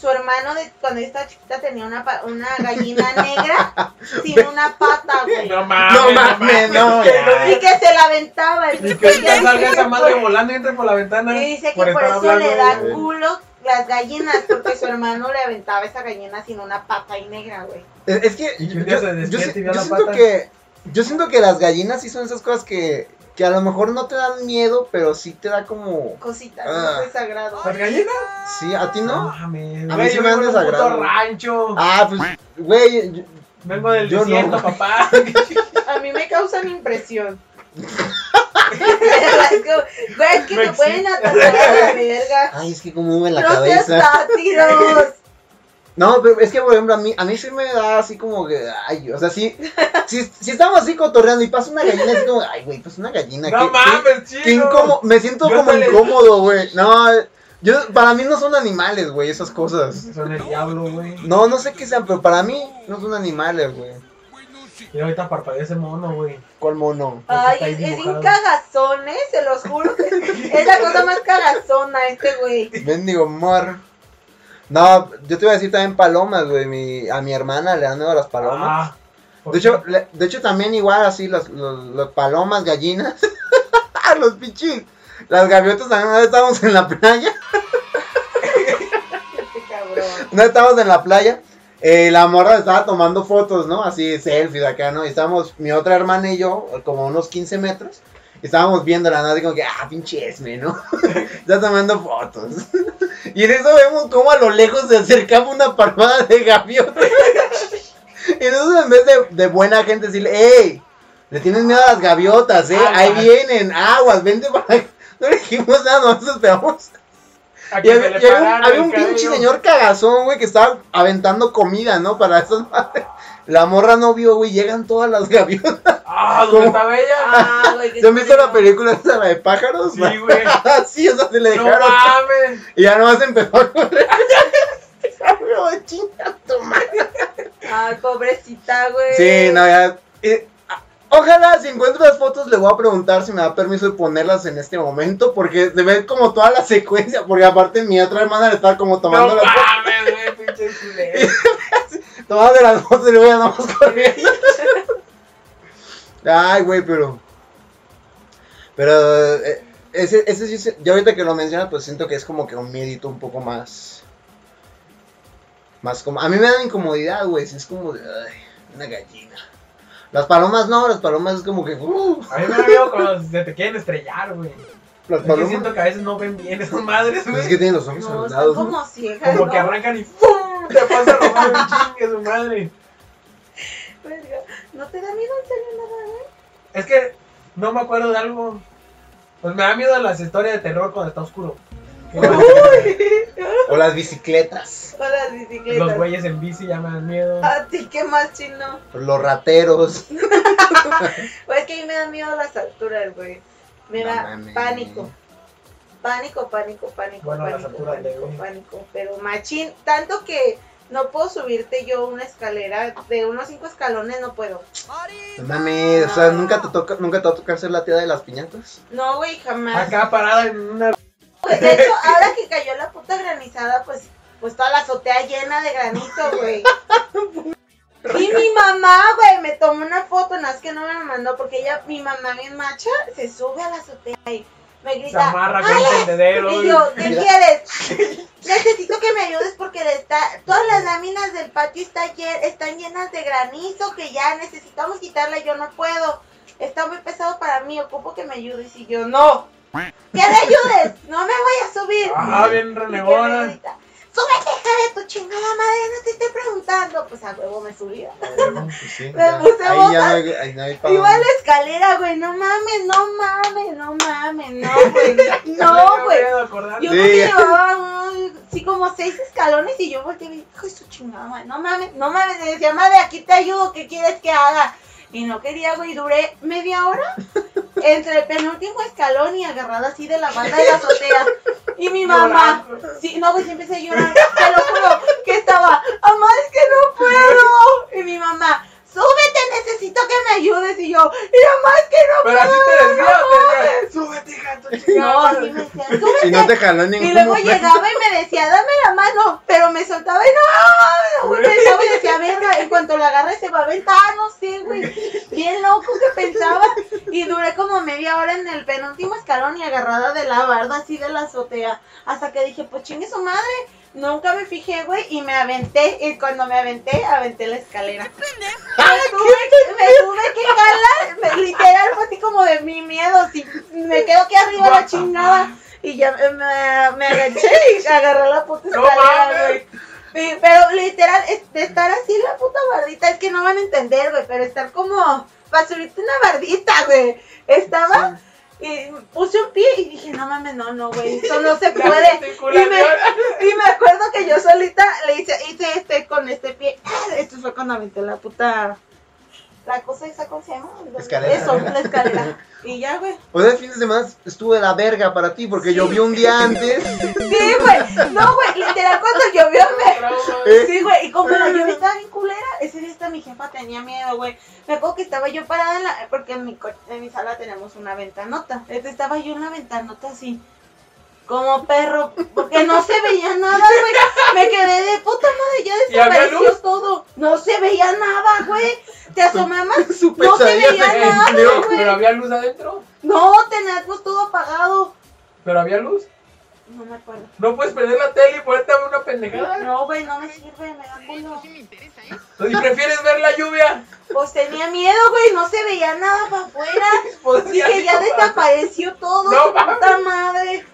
[SPEAKER 4] su hermano de cuando ella estaba chiquita tenía una, pa- una
[SPEAKER 3] <laughs>
[SPEAKER 4] gallina negra sin una pata, güey.
[SPEAKER 5] No mames.
[SPEAKER 3] Ah, No mames, no,
[SPEAKER 5] Que no
[SPEAKER 3] ya.
[SPEAKER 4] Y
[SPEAKER 5] diga-
[SPEAKER 4] que se la aventaba. Y
[SPEAKER 5] Y que ahorita salga esa madre volando y entre por la ventana.
[SPEAKER 4] y dice que por,
[SPEAKER 5] estar
[SPEAKER 4] eso le da
[SPEAKER 5] hablando.
[SPEAKER 3] güey.
[SPEAKER 4] culo las gallinas, porque su hermano le aventaba esa gallina sin una pata y negra, güey.
[SPEAKER 3] Eh, Es es que
[SPEAKER 5] Y que
[SPEAKER 3] yo,
[SPEAKER 5] un día se
[SPEAKER 3] yo- yo
[SPEAKER 5] despierte y vea la
[SPEAKER 3] siento
[SPEAKER 5] pata.
[SPEAKER 3] que yo siento que las gallinas sí son esas cosas que, que a lo mejor no te dan miedo, pero sí te da como
[SPEAKER 4] Cositas,
[SPEAKER 3] Ah.
[SPEAKER 4] no es sagrado.
[SPEAKER 5] ¿Las gallinas?
[SPEAKER 3] sí, a ti no.
[SPEAKER 5] mames.
[SPEAKER 3] A mí
[SPEAKER 5] güey,
[SPEAKER 3] sí
[SPEAKER 5] yo
[SPEAKER 3] me han
[SPEAKER 5] vengo de un puto
[SPEAKER 3] desagradado.
[SPEAKER 5] rancho.
[SPEAKER 3] Ah, pues güey, yo-
[SPEAKER 5] Vengo del
[SPEAKER 3] yo no.
[SPEAKER 5] desierto,
[SPEAKER 3] <laughs>
[SPEAKER 5] papá.
[SPEAKER 4] A mí me causan impresión. es que, güey, es que
[SPEAKER 5] No
[SPEAKER 4] me
[SPEAKER 5] existe.
[SPEAKER 4] pueden atacar a la verga.
[SPEAKER 3] ay, es que como mueven la
[SPEAKER 4] no seas
[SPEAKER 3] cabeza. <laughs>
[SPEAKER 4] sátiros.
[SPEAKER 3] No, pero es que por ejemplo a mí a mí sí me da así como que ay, o sea,
[SPEAKER 4] <laughs>
[SPEAKER 3] sí si, si estamos así cotorreando y pasa una gallina es como, ay, güey, pues una gallina
[SPEAKER 5] No
[SPEAKER 3] qué- qué-
[SPEAKER 5] mames, chido.
[SPEAKER 3] qué incómodo, me siento
[SPEAKER 5] Yo
[SPEAKER 3] como
[SPEAKER 5] hasta le-
[SPEAKER 3] incómodo, güey. No, yo para mí no son animales, güey, esas cosas.
[SPEAKER 5] Son el diablo, güey.
[SPEAKER 3] No, no sé qué sean, pero para mí no son animales, güey.
[SPEAKER 5] Y ahorita parpadeó ese mono, güey.
[SPEAKER 3] ¿Cuál mono?
[SPEAKER 4] Ay,
[SPEAKER 5] Está ahí
[SPEAKER 4] es es bien
[SPEAKER 5] dibujado.
[SPEAKER 4] cagazón, ¿eh? Se los juro. que es- Es la cosa más cagazona este güey.
[SPEAKER 3] Bendigo mar. No, yo te iba a decir también palomas, güey. Mi, a mi hermana le dan miedo a las palomas.
[SPEAKER 5] Ah, ¿por
[SPEAKER 3] de,
[SPEAKER 5] qué?
[SPEAKER 3] hecho, le- de hecho, también igual así, las los- los palomas, gallinas. <laughs> los pichis. Las gaviotas también, una vez estábamos en la playa.
[SPEAKER 4] Este cabrón.
[SPEAKER 3] <laughs> Una vez estábamos en la playa. eh, la morra estaba tomando fotos, ¿no? Así, selfies acá, ¿no? Y estábamos, mi otra hermana y yo, como a unos 15 metros. y Estábamos viéndola, ¿no? Así como que, ah, pinche esme, ¿no? <laughs> Está tomando fotos. <laughs> y en eso vemos cómo a lo lejos se acercaba una palmada de gaviota. <laughs> y entonces en vez de, de buena gente decirle, ¡Ey! Le tienes miedo a las gaviotas, ¿eh? Ahí
[SPEAKER 5] Aguas.
[SPEAKER 3] vienen, aguas, vente para acá". <laughs> No le dijimos nada, nosotros esperamos
[SPEAKER 5] A
[SPEAKER 3] y
[SPEAKER 5] que se
[SPEAKER 3] había,
[SPEAKER 5] le
[SPEAKER 3] y había un-
[SPEAKER 5] pararon
[SPEAKER 3] había
[SPEAKER 5] el
[SPEAKER 3] un pinche
[SPEAKER 5] cabello.
[SPEAKER 3] señor cagazón, güey, que estaba aventando comida, ¿no? Para esas madres. La morra no vio, güey, llegan todas las gaviotas.
[SPEAKER 5] Ah, ¿dónde
[SPEAKER 3] ¿Cómo?
[SPEAKER 5] está Bella?
[SPEAKER 4] Ah, güey, qué
[SPEAKER 3] ¿Se han visto la
[SPEAKER 4] culero.
[SPEAKER 3] película esa, la de <laughs> pájaros?
[SPEAKER 5] Sí, güey.
[SPEAKER 3] sí, esa se le
[SPEAKER 5] No
[SPEAKER 3] dejaron.
[SPEAKER 5] mames.
[SPEAKER 3] y ya nomás empezó a correr. Ay, chinga tu madre.
[SPEAKER 4] Ay, pobrecita, güey.
[SPEAKER 3] Sí, no, ya. eh, ah, Ojalá si encuentro las fotos le voy a preguntar si me da permiso de ponerlas en este momento porque se ve como toda la secuencia porque aparte mi otra hermana le estaba como
[SPEAKER 5] No
[SPEAKER 3] tomando las fotos.
[SPEAKER 5] mames, güey, pinche
[SPEAKER 3] <laughs>
[SPEAKER 5] culero.
[SPEAKER 3] Tomás de las dos y luego ya andamos corriendo. Ay, güey, pero. Pero. eh, Ese, ese sí, se- yo ahorita que lo mencionas, pues siento que es como que un miedito un poco más. Más como. A mí me da incomodidad, güey. sí, Es como. de, Ay, una gallina. Las palomas no, las palomas es como que. uh,
[SPEAKER 5] A mí me da miedo cuando se te quieren estrellar, güey.
[SPEAKER 3] las
[SPEAKER 5] Es que
[SPEAKER 3] palomas. pues
[SPEAKER 5] siento que a veces no ven bien esas madres,
[SPEAKER 3] Es
[SPEAKER 5] güey.
[SPEAKER 3] que tienen los ojos
[SPEAKER 4] No, están
[SPEAKER 3] agrandados, ¿no?
[SPEAKER 4] como ciegas.
[SPEAKER 5] Como que
[SPEAKER 4] ¿no?
[SPEAKER 5] arrancan y ¡pum! Te pasa lo malo <laughs> un chingue su madre.
[SPEAKER 4] Verga. ¿No te da miedo en serio nada, güey?
[SPEAKER 5] Es que no me acuerdo de algo. Pues me da miedo las historias de terror cuando está oscuro. Que
[SPEAKER 3] <laughs> O las bicicletas.
[SPEAKER 4] ¿eh? Con las
[SPEAKER 5] Los
[SPEAKER 4] bicicletas.
[SPEAKER 5] güeyes en bici ya me dan miedo.
[SPEAKER 4] A ti, ¿qué más chino?
[SPEAKER 3] Los rateros.
[SPEAKER 4] Güey, Pues es que a mí me dan miedo las alturas, güey. Me
[SPEAKER 3] No
[SPEAKER 4] da
[SPEAKER 3] mames.
[SPEAKER 4] pánico. Pánico, pánico, pánico,
[SPEAKER 5] Bueno, las
[SPEAKER 4] pánico,
[SPEAKER 5] alturas,
[SPEAKER 4] pánico,
[SPEAKER 5] güey.
[SPEAKER 4] pánico. Pero machín, tanto que no puedo subirte yo una escalera de unos cinco escalones, no puedo.
[SPEAKER 3] No mames, o sea, nunca te toca, nunca te va a tocar ser la tía de las piñatas.
[SPEAKER 4] No,
[SPEAKER 5] Ah,
[SPEAKER 4] güey, jamás.
[SPEAKER 5] Acá parada en una.
[SPEAKER 4] Pues, de hecho, ahora que cayó la puta granizada, pues pues toda la azotea llena de granito, güey. Y mi mamá, güey, me tomó una foto, nada más que no me la mandó, porque ella, mi mamá bien macha, se sube a la azotea y me
[SPEAKER 5] Se
[SPEAKER 4] grita,
[SPEAKER 5] amarra con el
[SPEAKER 4] "Alex".
[SPEAKER 5] tendedero.
[SPEAKER 4] Y yo, ¿qué
[SPEAKER 3] Mira.
[SPEAKER 4] quieres? Necesito que me ayudes porque le está, todas las láminas del patio está lle- están llenas de granizo que ya necesitamos quitarla, yo no puedo. Está muy pesado para mí, ocupo que me ayudes. Y yo, no. Que me ayudes, no me voy a subir.
[SPEAKER 5] Ah, bien
[SPEAKER 4] Y que me
[SPEAKER 5] renegona.
[SPEAKER 4] grita, Súbete, hija de tu chingada madre, no te estoy preguntando. Pues a huevo me subí.
[SPEAKER 3] Sí, <laughs>
[SPEAKER 4] Me
[SPEAKER 3] ya.
[SPEAKER 4] puse
[SPEAKER 3] Ahí ya no
[SPEAKER 4] botas.
[SPEAKER 3] hay, ahí no hay para
[SPEAKER 4] Iba a la
[SPEAKER 3] dónde.
[SPEAKER 4] escalera, güey, no mames, no mames, no mames, no, güey. No, güey.
[SPEAKER 3] Sí.
[SPEAKER 4] Yo creo que
[SPEAKER 5] <laughs>
[SPEAKER 4] llevaba un- sí como seis escalones y yo volteé y dije, hijo de su chingada, madre, no mames, no mames, y decía, madre, aquí te ayudo, ¿qué quieres que haga? Y no quería, güey, duré media
[SPEAKER 5] <laughs>
[SPEAKER 4] hora entre el penúltimo escalón y agarrada así de la banda de la azotea. Y mi mamá, sí, no, güey, sí empecé a llorar, te lo juro, que estaba, mamá, es que no puedo. Y mi mamá, súbete, necesito que me ayudes. Y yo, y mamá, es que no
[SPEAKER 5] Pero
[SPEAKER 4] puedo.
[SPEAKER 5] así te decía, te decía, súbete, hija, de tu
[SPEAKER 4] No,
[SPEAKER 5] chingada.
[SPEAKER 4] sí me decía, súbete.
[SPEAKER 3] Y no te jaló ningún
[SPEAKER 4] Y luego
[SPEAKER 3] momento.
[SPEAKER 4] llegaba y me decía, dame la mano, pero me soltaba y no, güey, pensaba y decía, verga, en cuanto la agarre se va a aventar, "Ah, no sé, güey, bien loco que pensaba. Y duré como media hora en el penúltimo escalón y agarrada de la barda así de la azotea, hasta que dije, pues chingue su madre. Nunca me fijé, güey, y me aventé, y cuando me aventé, aventé la escalera. Me tuve, me tuve que calar, me- literal, fue así como de mi miedo, si me quedo aquí arriba la chingada. Y ya me, me- me agaché y agarré la puta
[SPEAKER 5] No
[SPEAKER 4] escalera,
[SPEAKER 5] mames.
[SPEAKER 4] güey. Sí, Pero literal, es- de estar así en la puta bardita, es que no van a entender, güey, pero estar como basurita en una bardita, güey. Estaba y puse un pie y dije, no mames, no, no, güey, esto no se
[SPEAKER 5] <laughs> La
[SPEAKER 4] puede. Y
[SPEAKER 5] gesticulación.
[SPEAKER 4] me, y me acuerdo que yo solita le hice, hice este con este pie. Esto fue cuando aventé la puta. La cosa esa, ¿cómo se llama?
[SPEAKER 3] Escalera.
[SPEAKER 4] Eso, la escalera. Y ya, güey.
[SPEAKER 3] O sea, el fin de semana estuve la verga para ti porque llovió un día antes.
[SPEAKER 4] Sí, güey. No, güey, literal, cuando llovió me.
[SPEAKER 5] Trauma.
[SPEAKER 3] ¿Eh?
[SPEAKER 4] Sí, güey, y como la
[SPEAKER 3] <laughs>
[SPEAKER 4] lluvia estaba bien culera, ese día hasta mi jefa tenía miedo, güey. Me acuerdo que estaba yo parada en la, porque en mi, co- en mi sala tenemos una ventanota. Entonces estaba yo en la ventanota así, como perro, porque no se veía nada, güey. Me quedé de puta madre, ya
[SPEAKER 5] ¿Y había
[SPEAKER 4] desapareció
[SPEAKER 5] luz?
[SPEAKER 4] todo. No se veía nada, güey. Te asomabas,
[SPEAKER 3] <laughs> su
[SPEAKER 4] no se
[SPEAKER 3] pesadilla
[SPEAKER 4] veía
[SPEAKER 3] se
[SPEAKER 4] nada,
[SPEAKER 3] cumplió,
[SPEAKER 5] Pero
[SPEAKER 4] güey.
[SPEAKER 5] había luz adentro.
[SPEAKER 4] No, teníamos todo apagado.
[SPEAKER 5] Pero había luz.
[SPEAKER 4] No me acuerdo.
[SPEAKER 5] No puedes perder la tele y ponerte a ver una pendejada.
[SPEAKER 4] No, güey, no me sirve, me da culo.
[SPEAKER 5] Si prefieres ver la lluvia.
[SPEAKER 4] Pues tenía miedo, güey, no se veía nada para
[SPEAKER 5] <laughs>
[SPEAKER 4] afuera.
[SPEAKER 5] Pues
[SPEAKER 4] Dije, ya
[SPEAKER 5] no mames.
[SPEAKER 4] desapareció todo,
[SPEAKER 5] No
[SPEAKER 4] su puta madre.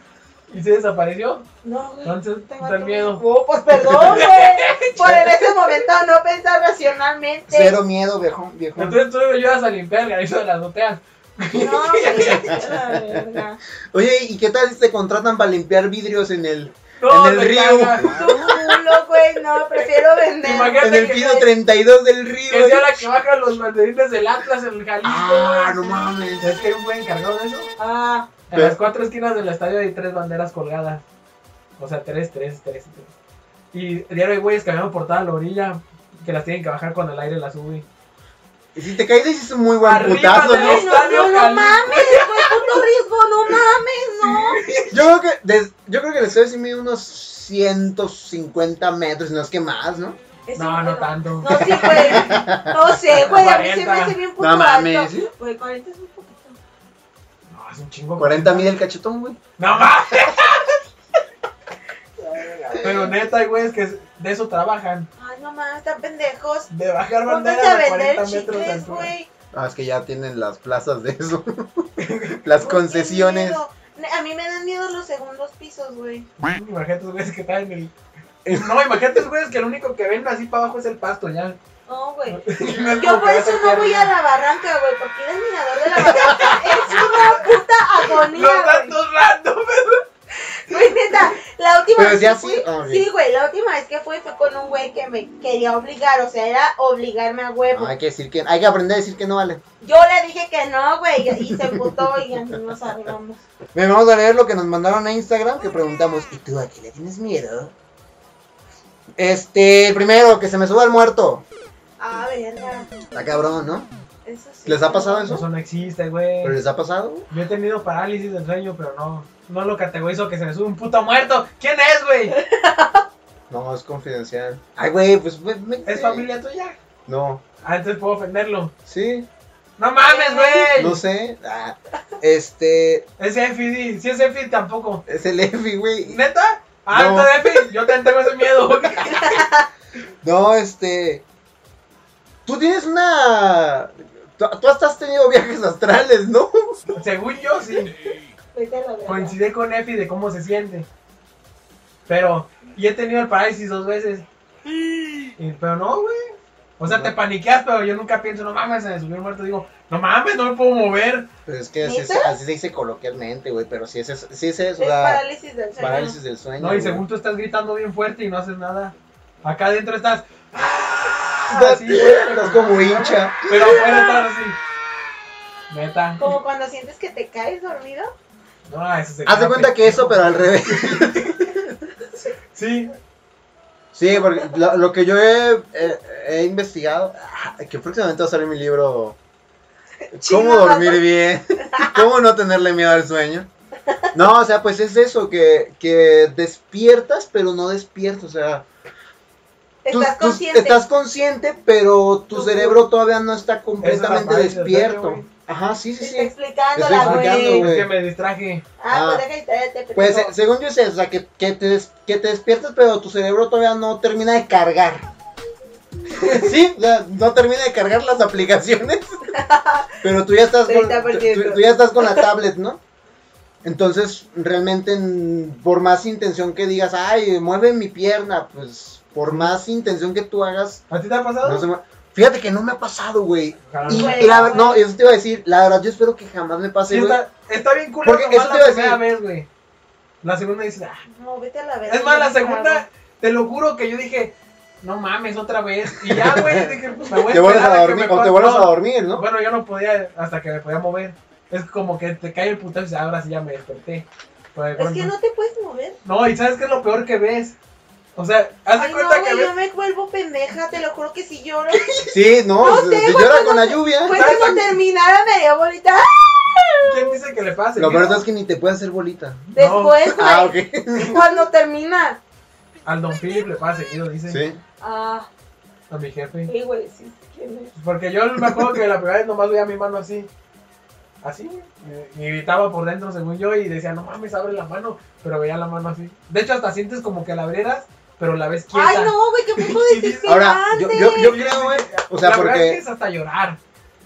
[SPEAKER 5] ¿Y se desapareció?
[SPEAKER 4] No, güey.
[SPEAKER 5] Entonces,
[SPEAKER 4] Tengo
[SPEAKER 5] está el
[SPEAKER 4] todo-
[SPEAKER 5] miedo.
[SPEAKER 4] No, pues
[SPEAKER 5] <laughs>
[SPEAKER 4] perdón, güey. Por en ese momento no pensar racionalmente.
[SPEAKER 3] Cero miedo, viejo. viejo.
[SPEAKER 5] Entonces tú me ayudas a limpiar el granizo de las azotea.
[SPEAKER 4] No, güey. la verga.
[SPEAKER 3] Oye, ¿y qué tal si te contratan para limpiar vidrios en el,
[SPEAKER 5] No,
[SPEAKER 3] En el
[SPEAKER 5] te
[SPEAKER 3] río.
[SPEAKER 5] cagas.
[SPEAKER 4] Tu culo, güey. No, prefiero vender.
[SPEAKER 5] Imagínate
[SPEAKER 3] en el
[SPEAKER 5] que-
[SPEAKER 3] piso 32 del río?
[SPEAKER 5] Que sea la que baja los banderines del Atlas en el Jalisco.
[SPEAKER 3] Ah,
[SPEAKER 5] güey.
[SPEAKER 3] no mames.
[SPEAKER 5] ¿Sabes que hay un buen encargado de eso?
[SPEAKER 4] Ah,
[SPEAKER 5] En las cuatro esquinas del estadio hay tres banderas colgadas. O sea, tres, tres, tres, tres. Y diario hay güeyes caminando por toda la orilla que las tienen que bajar cuando el aire las sube.
[SPEAKER 3] Y si te caes, es un muy buen
[SPEAKER 5] Arriba
[SPEAKER 3] putazo,
[SPEAKER 5] de
[SPEAKER 3] ¿no?
[SPEAKER 4] ay, no, no, no
[SPEAKER 5] Jalisco.
[SPEAKER 4] mames, güey. Puto riesgo, no mames,
[SPEAKER 3] Yo creo que, des- yo creo que el estadio sí mide unos 150 metros, si no es que más, ¿no?
[SPEAKER 4] no. Es
[SPEAKER 5] No,
[SPEAKER 4] un
[SPEAKER 5] no
[SPEAKER 4] pedo.
[SPEAKER 5] tanto.
[SPEAKER 4] No, sí, güey. No sé, güey. A mí se me
[SPEAKER 5] 40.
[SPEAKER 4] hace bien puto
[SPEAKER 3] No mames.
[SPEAKER 4] alto. Güey, 40 es un poquito.
[SPEAKER 5] No, es un chingo.
[SPEAKER 3] 40 mide el cachetón, güey.
[SPEAKER 5] No mames. Pero neta, hay güeyes que de eso trabajan.
[SPEAKER 4] Ay, no mames, están pendejos.
[SPEAKER 5] De bajar
[SPEAKER 4] Pónganse a
[SPEAKER 5] banderas de
[SPEAKER 4] vender
[SPEAKER 5] 40 metros de
[SPEAKER 4] chicles,
[SPEAKER 5] altura.
[SPEAKER 4] güey.
[SPEAKER 3] Ah, es que ya tienen las plazas de eso. <laughs> las
[SPEAKER 4] Qué
[SPEAKER 3] concesiones.
[SPEAKER 4] miedo. Ne- A mí me dan miedo los segundos pisos, güey.
[SPEAKER 5] Imagínate los güeyes que están en el. No, imagínate los güeyes que el único que ven así para abajo es el pasto ya. <laughs>
[SPEAKER 4] No, güey.
[SPEAKER 5] No es
[SPEAKER 4] Yo
[SPEAKER 5] como
[SPEAKER 4] por
[SPEAKER 5] que vas
[SPEAKER 4] eso no voy
[SPEAKER 5] arriba.
[SPEAKER 4] a la barranca, güey, porque ir al mirador de la
[SPEAKER 5] <laughs>
[SPEAKER 4] barranca es una puta
[SPEAKER 5] Los
[SPEAKER 4] agonía, güey.
[SPEAKER 5] datos random.
[SPEAKER 4] Güey, neta, la última
[SPEAKER 3] Pero
[SPEAKER 4] vez
[SPEAKER 3] si
[SPEAKER 4] que
[SPEAKER 3] así,
[SPEAKER 4] fui,
[SPEAKER 3] ah, ok.
[SPEAKER 4] sí, güey, la última vez que fui fue con un güey que me quería obligar, o sea, era obligarme a huevo.
[SPEAKER 3] No, hay que decir que, hay que aprender a decir que no vale.
[SPEAKER 4] Yo le dije que no, güey, y se emputó y así nos arreglamos.
[SPEAKER 3] Bien, vamos a leer lo que nos mandaron a Instagram, que preguntamos, ¿y tú a qué le tienes miedo? Este, el primero, que se me suba el muerto.
[SPEAKER 4] Ah, verga.
[SPEAKER 3] Está cabrón, ¿no?
[SPEAKER 4] Eso sí.
[SPEAKER 3] ¿Les ha pasado eso?
[SPEAKER 5] Eso no existe, güey.
[SPEAKER 3] ¿Pero les ha pasado? güey?
[SPEAKER 5] Yo he tenido parálisis del sueño, pero no. No lo categorizo que se me sube un puto muerto. ¿Quién es, güey?
[SPEAKER 3] No, es confidencial. Ay, güey, pues. güey, métete.
[SPEAKER 5] ¿Es familia tuya?
[SPEAKER 3] No.
[SPEAKER 5] Ah, entonces puedo ofenderlo.
[SPEAKER 3] Sí,
[SPEAKER 5] ¡No mames, güey!
[SPEAKER 3] no sé. Ah, este.
[SPEAKER 5] Es Efi, sí. Si es Efi, tampoco.
[SPEAKER 3] Es el Efi, güey.
[SPEAKER 5] ¿Neta? Ah,
[SPEAKER 3] No.
[SPEAKER 5] entonces Efi, yo también tengo ese miedo.
[SPEAKER 3] <laughs> No, este. Tú tienes una. Tú, tú hasta has tenido viajes astrales, ¿no?
[SPEAKER 5] Según yo, sí.
[SPEAKER 4] Vete a la verga.
[SPEAKER 5] Coincidí con Efi de cómo se siente. Pero, y he tenido el parálisis dos veces. Y- pero no, güey. O sea, te paniqueas, pero yo nunca pienso, no mames, se me subió el muerto. Digo, no mames, no me puedo mover.
[SPEAKER 3] Pues es que así, es-
[SPEAKER 4] ¿Neta?
[SPEAKER 3] así se dice coloquialmente, güey. Pero sí es eso. Sí es eso.
[SPEAKER 4] Es
[SPEAKER 3] la-
[SPEAKER 4] parálisis del sueño.
[SPEAKER 3] parálisis del sueño.
[SPEAKER 5] No, y
[SPEAKER 3] güey.
[SPEAKER 5] según tú estás gritando bien fuerte y no haces nada. Acá
[SPEAKER 3] <laughs>
[SPEAKER 5] adentro estás. ¡Ah!
[SPEAKER 3] Estás,
[SPEAKER 5] Así, güey.
[SPEAKER 3] estás como hincha.
[SPEAKER 5] Pero afuera estás así. Neta.
[SPEAKER 4] Como cuando sientes que te caes dormido.
[SPEAKER 5] No, eso se
[SPEAKER 3] Haz de
[SPEAKER 5] queda
[SPEAKER 3] cuenta que
[SPEAKER 5] pendejo.
[SPEAKER 3] eso, pero al revés.
[SPEAKER 5] Sí.
[SPEAKER 3] <laughs> Sí, porque lo, lo que yo he, he- he investigado, ah, que próximamente va a salir mi libro ¿Cómo
[SPEAKER 4] Chingada.
[SPEAKER 3] dormir
[SPEAKER 4] <laughs>
[SPEAKER 3] bien? ¿Cómo no tenerle miedo al sueño? No, o sea, pues es eso, que, que despiertas, pero no despiertas, o sea, tú-
[SPEAKER 4] Estás
[SPEAKER 3] tú
[SPEAKER 4] consciente.
[SPEAKER 3] estás consciente, pero tu
[SPEAKER 4] Tú-
[SPEAKER 3] cerebro todavía no está
[SPEAKER 5] Esa
[SPEAKER 3] completamente
[SPEAKER 5] es la parte del sueño,
[SPEAKER 3] despierto.
[SPEAKER 5] güey.
[SPEAKER 3] Ajá, sí, sí,
[SPEAKER 4] Está
[SPEAKER 3] sí.
[SPEAKER 4] explicándola,
[SPEAKER 3] Estoy explicando,
[SPEAKER 4] güey.
[SPEAKER 3] güey.
[SPEAKER 5] Es que me distraje.
[SPEAKER 4] Ah,
[SPEAKER 3] Ah.
[SPEAKER 4] pues deja distraerte,
[SPEAKER 3] Pues
[SPEAKER 4] pendejo.
[SPEAKER 3] se- según yo es eso, o sea, que, que te des- que te despiertas, pero tu cerebro todavía no termina de
[SPEAKER 5] <laughs>
[SPEAKER 3] cargar. sí, o sea, no termina de cargar las
[SPEAKER 5] <laughs>
[SPEAKER 3] aplicaciones. pero tú ya estás con, tú,
[SPEAKER 4] 30%.
[SPEAKER 3] tú- tú ya estás con la tablet, ¿no? Entonces, realmente, mm, por más intención que digas, ay, mueve mi pierna, pues por más intención que tú hagas,
[SPEAKER 5] ¿A ti te ha pasado?
[SPEAKER 3] no se mue- Fíjate que no me ha pasado, güey.
[SPEAKER 5] Ojalá
[SPEAKER 3] Y,
[SPEAKER 5] Ah. no.
[SPEAKER 4] Güey,
[SPEAKER 3] y la
[SPEAKER 4] no,
[SPEAKER 3] ver- no, eso te iba a decir, la verdad, yo espero que jamás me pase,
[SPEAKER 5] Sí,
[SPEAKER 3] güey.
[SPEAKER 5] está, está bien culero
[SPEAKER 3] Porque
[SPEAKER 5] Porque
[SPEAKER 3] eso
[SPEAKER 5] la
[SPEAKER 3] te iba a
[SPEAKER 5] primera vez, güey. La segunda dices, ah.
[SPEAKER 4] No, vete a la verga.
[SPEAKER 5] Es más, la
[SPEAKER 4] ya no hago.
[SPEAKER 5] segunda, te lo juro que yo dije, no mames, otra vez. Y ya, güey,
[SPEAKER 3] <laughs>
[SPEAKER 5] dije, pues me voy a
[SPEAKER 3] Te vuelves
[SPEAKER 5] esperar
[SPEAKER 3] a
[SPEAKER 5] que me
[SPEAKER 3] dormir, o te
[SPEAKER 5] pase.
[SPEAKER 3] vuelves a
[SPEAKER 5] No,
[SPEAKER 3] dormir, ¿no?
[SPEAKER 5] Bueno, yo no podía, hasta que me podía mover. Es como que te cae el putazo y dices, "Ah, ahora sí ya me desperté. Pero de
[SPEAKER 4] Es que
[SPEAKER 5] pronto-
[SPEAKER 4] no te puedes mover.
[SPEAKER 5] No, y ¿sabes qué es lo peor que ves? O sea, haz de
[SPEAKER 4] Ay, no,
[SPEAKER 5] cuenta que
[SPEAKER 4] güey,
[SPEAKER 5] ves...
[SPEAKER 4] yo me vuelvo pendeja, te lo juro que si
[SPEAKER 3] <laughs>
[SPEAKER 4] lloro.
[SPEAKER 3] Sí, no,
[SPEAKER 4] No
[SPEAKER 3] se,
[SPEAKER 4] sé,
[SPEAKER 3] se
[SPEAKER 4] güey,
[SPEAKER 3] llora
[SPEAKER 4] cuando-
[SPEAKER 3] con la lluvia.
[SPEAKER 4] Pues cuando terminara me dio bolita. ¡Ah!
[SPEAKER 5] ¿Quién dice que le pase?
[SPEAKER 3] Lo
[SPEAKER 5] ¿Yo?
[SPEAKER 3] verdad es que ni te puede hacer bolita.
[SPEAKER 4] Después, güey.
[SPEAKER 3] Ah, ok.
[SPEAKER 4] Cuando termina.
[SPEAKER 5] Al Don Philip le pasa seguido, dice.
[SPEAKER 3] Sí.
[SPEAKER 4] Ah,
[SPEAKER 5] A mi jefe.
[SPEAKER 4] sí, güey, sí, sí, ¿quién es?
[SPEAKER 5] Porque yo me acuerdo que la primera vez nomás veía mi mano así. Así. Y y gritaba por dentro según yo y decía, no mames, abre la mano. Pero veía la mano así. De hecho, hasta sientes como que la abrieras, pero la ves quieta.
[SPEAKER 4] Ay, no, güey, qué poco
[SPEAKER 5] Sí, sí, sí. <laughs>
[SPEAKER 4] desesperante.
[SPEAKER 3] Ahora, yo, yo, yo creo, güey. O sea,
[SPEAKER 5] la verdad es
[SPEAKER 3] porque.
[SPEAKER 5] que es hasta llorar.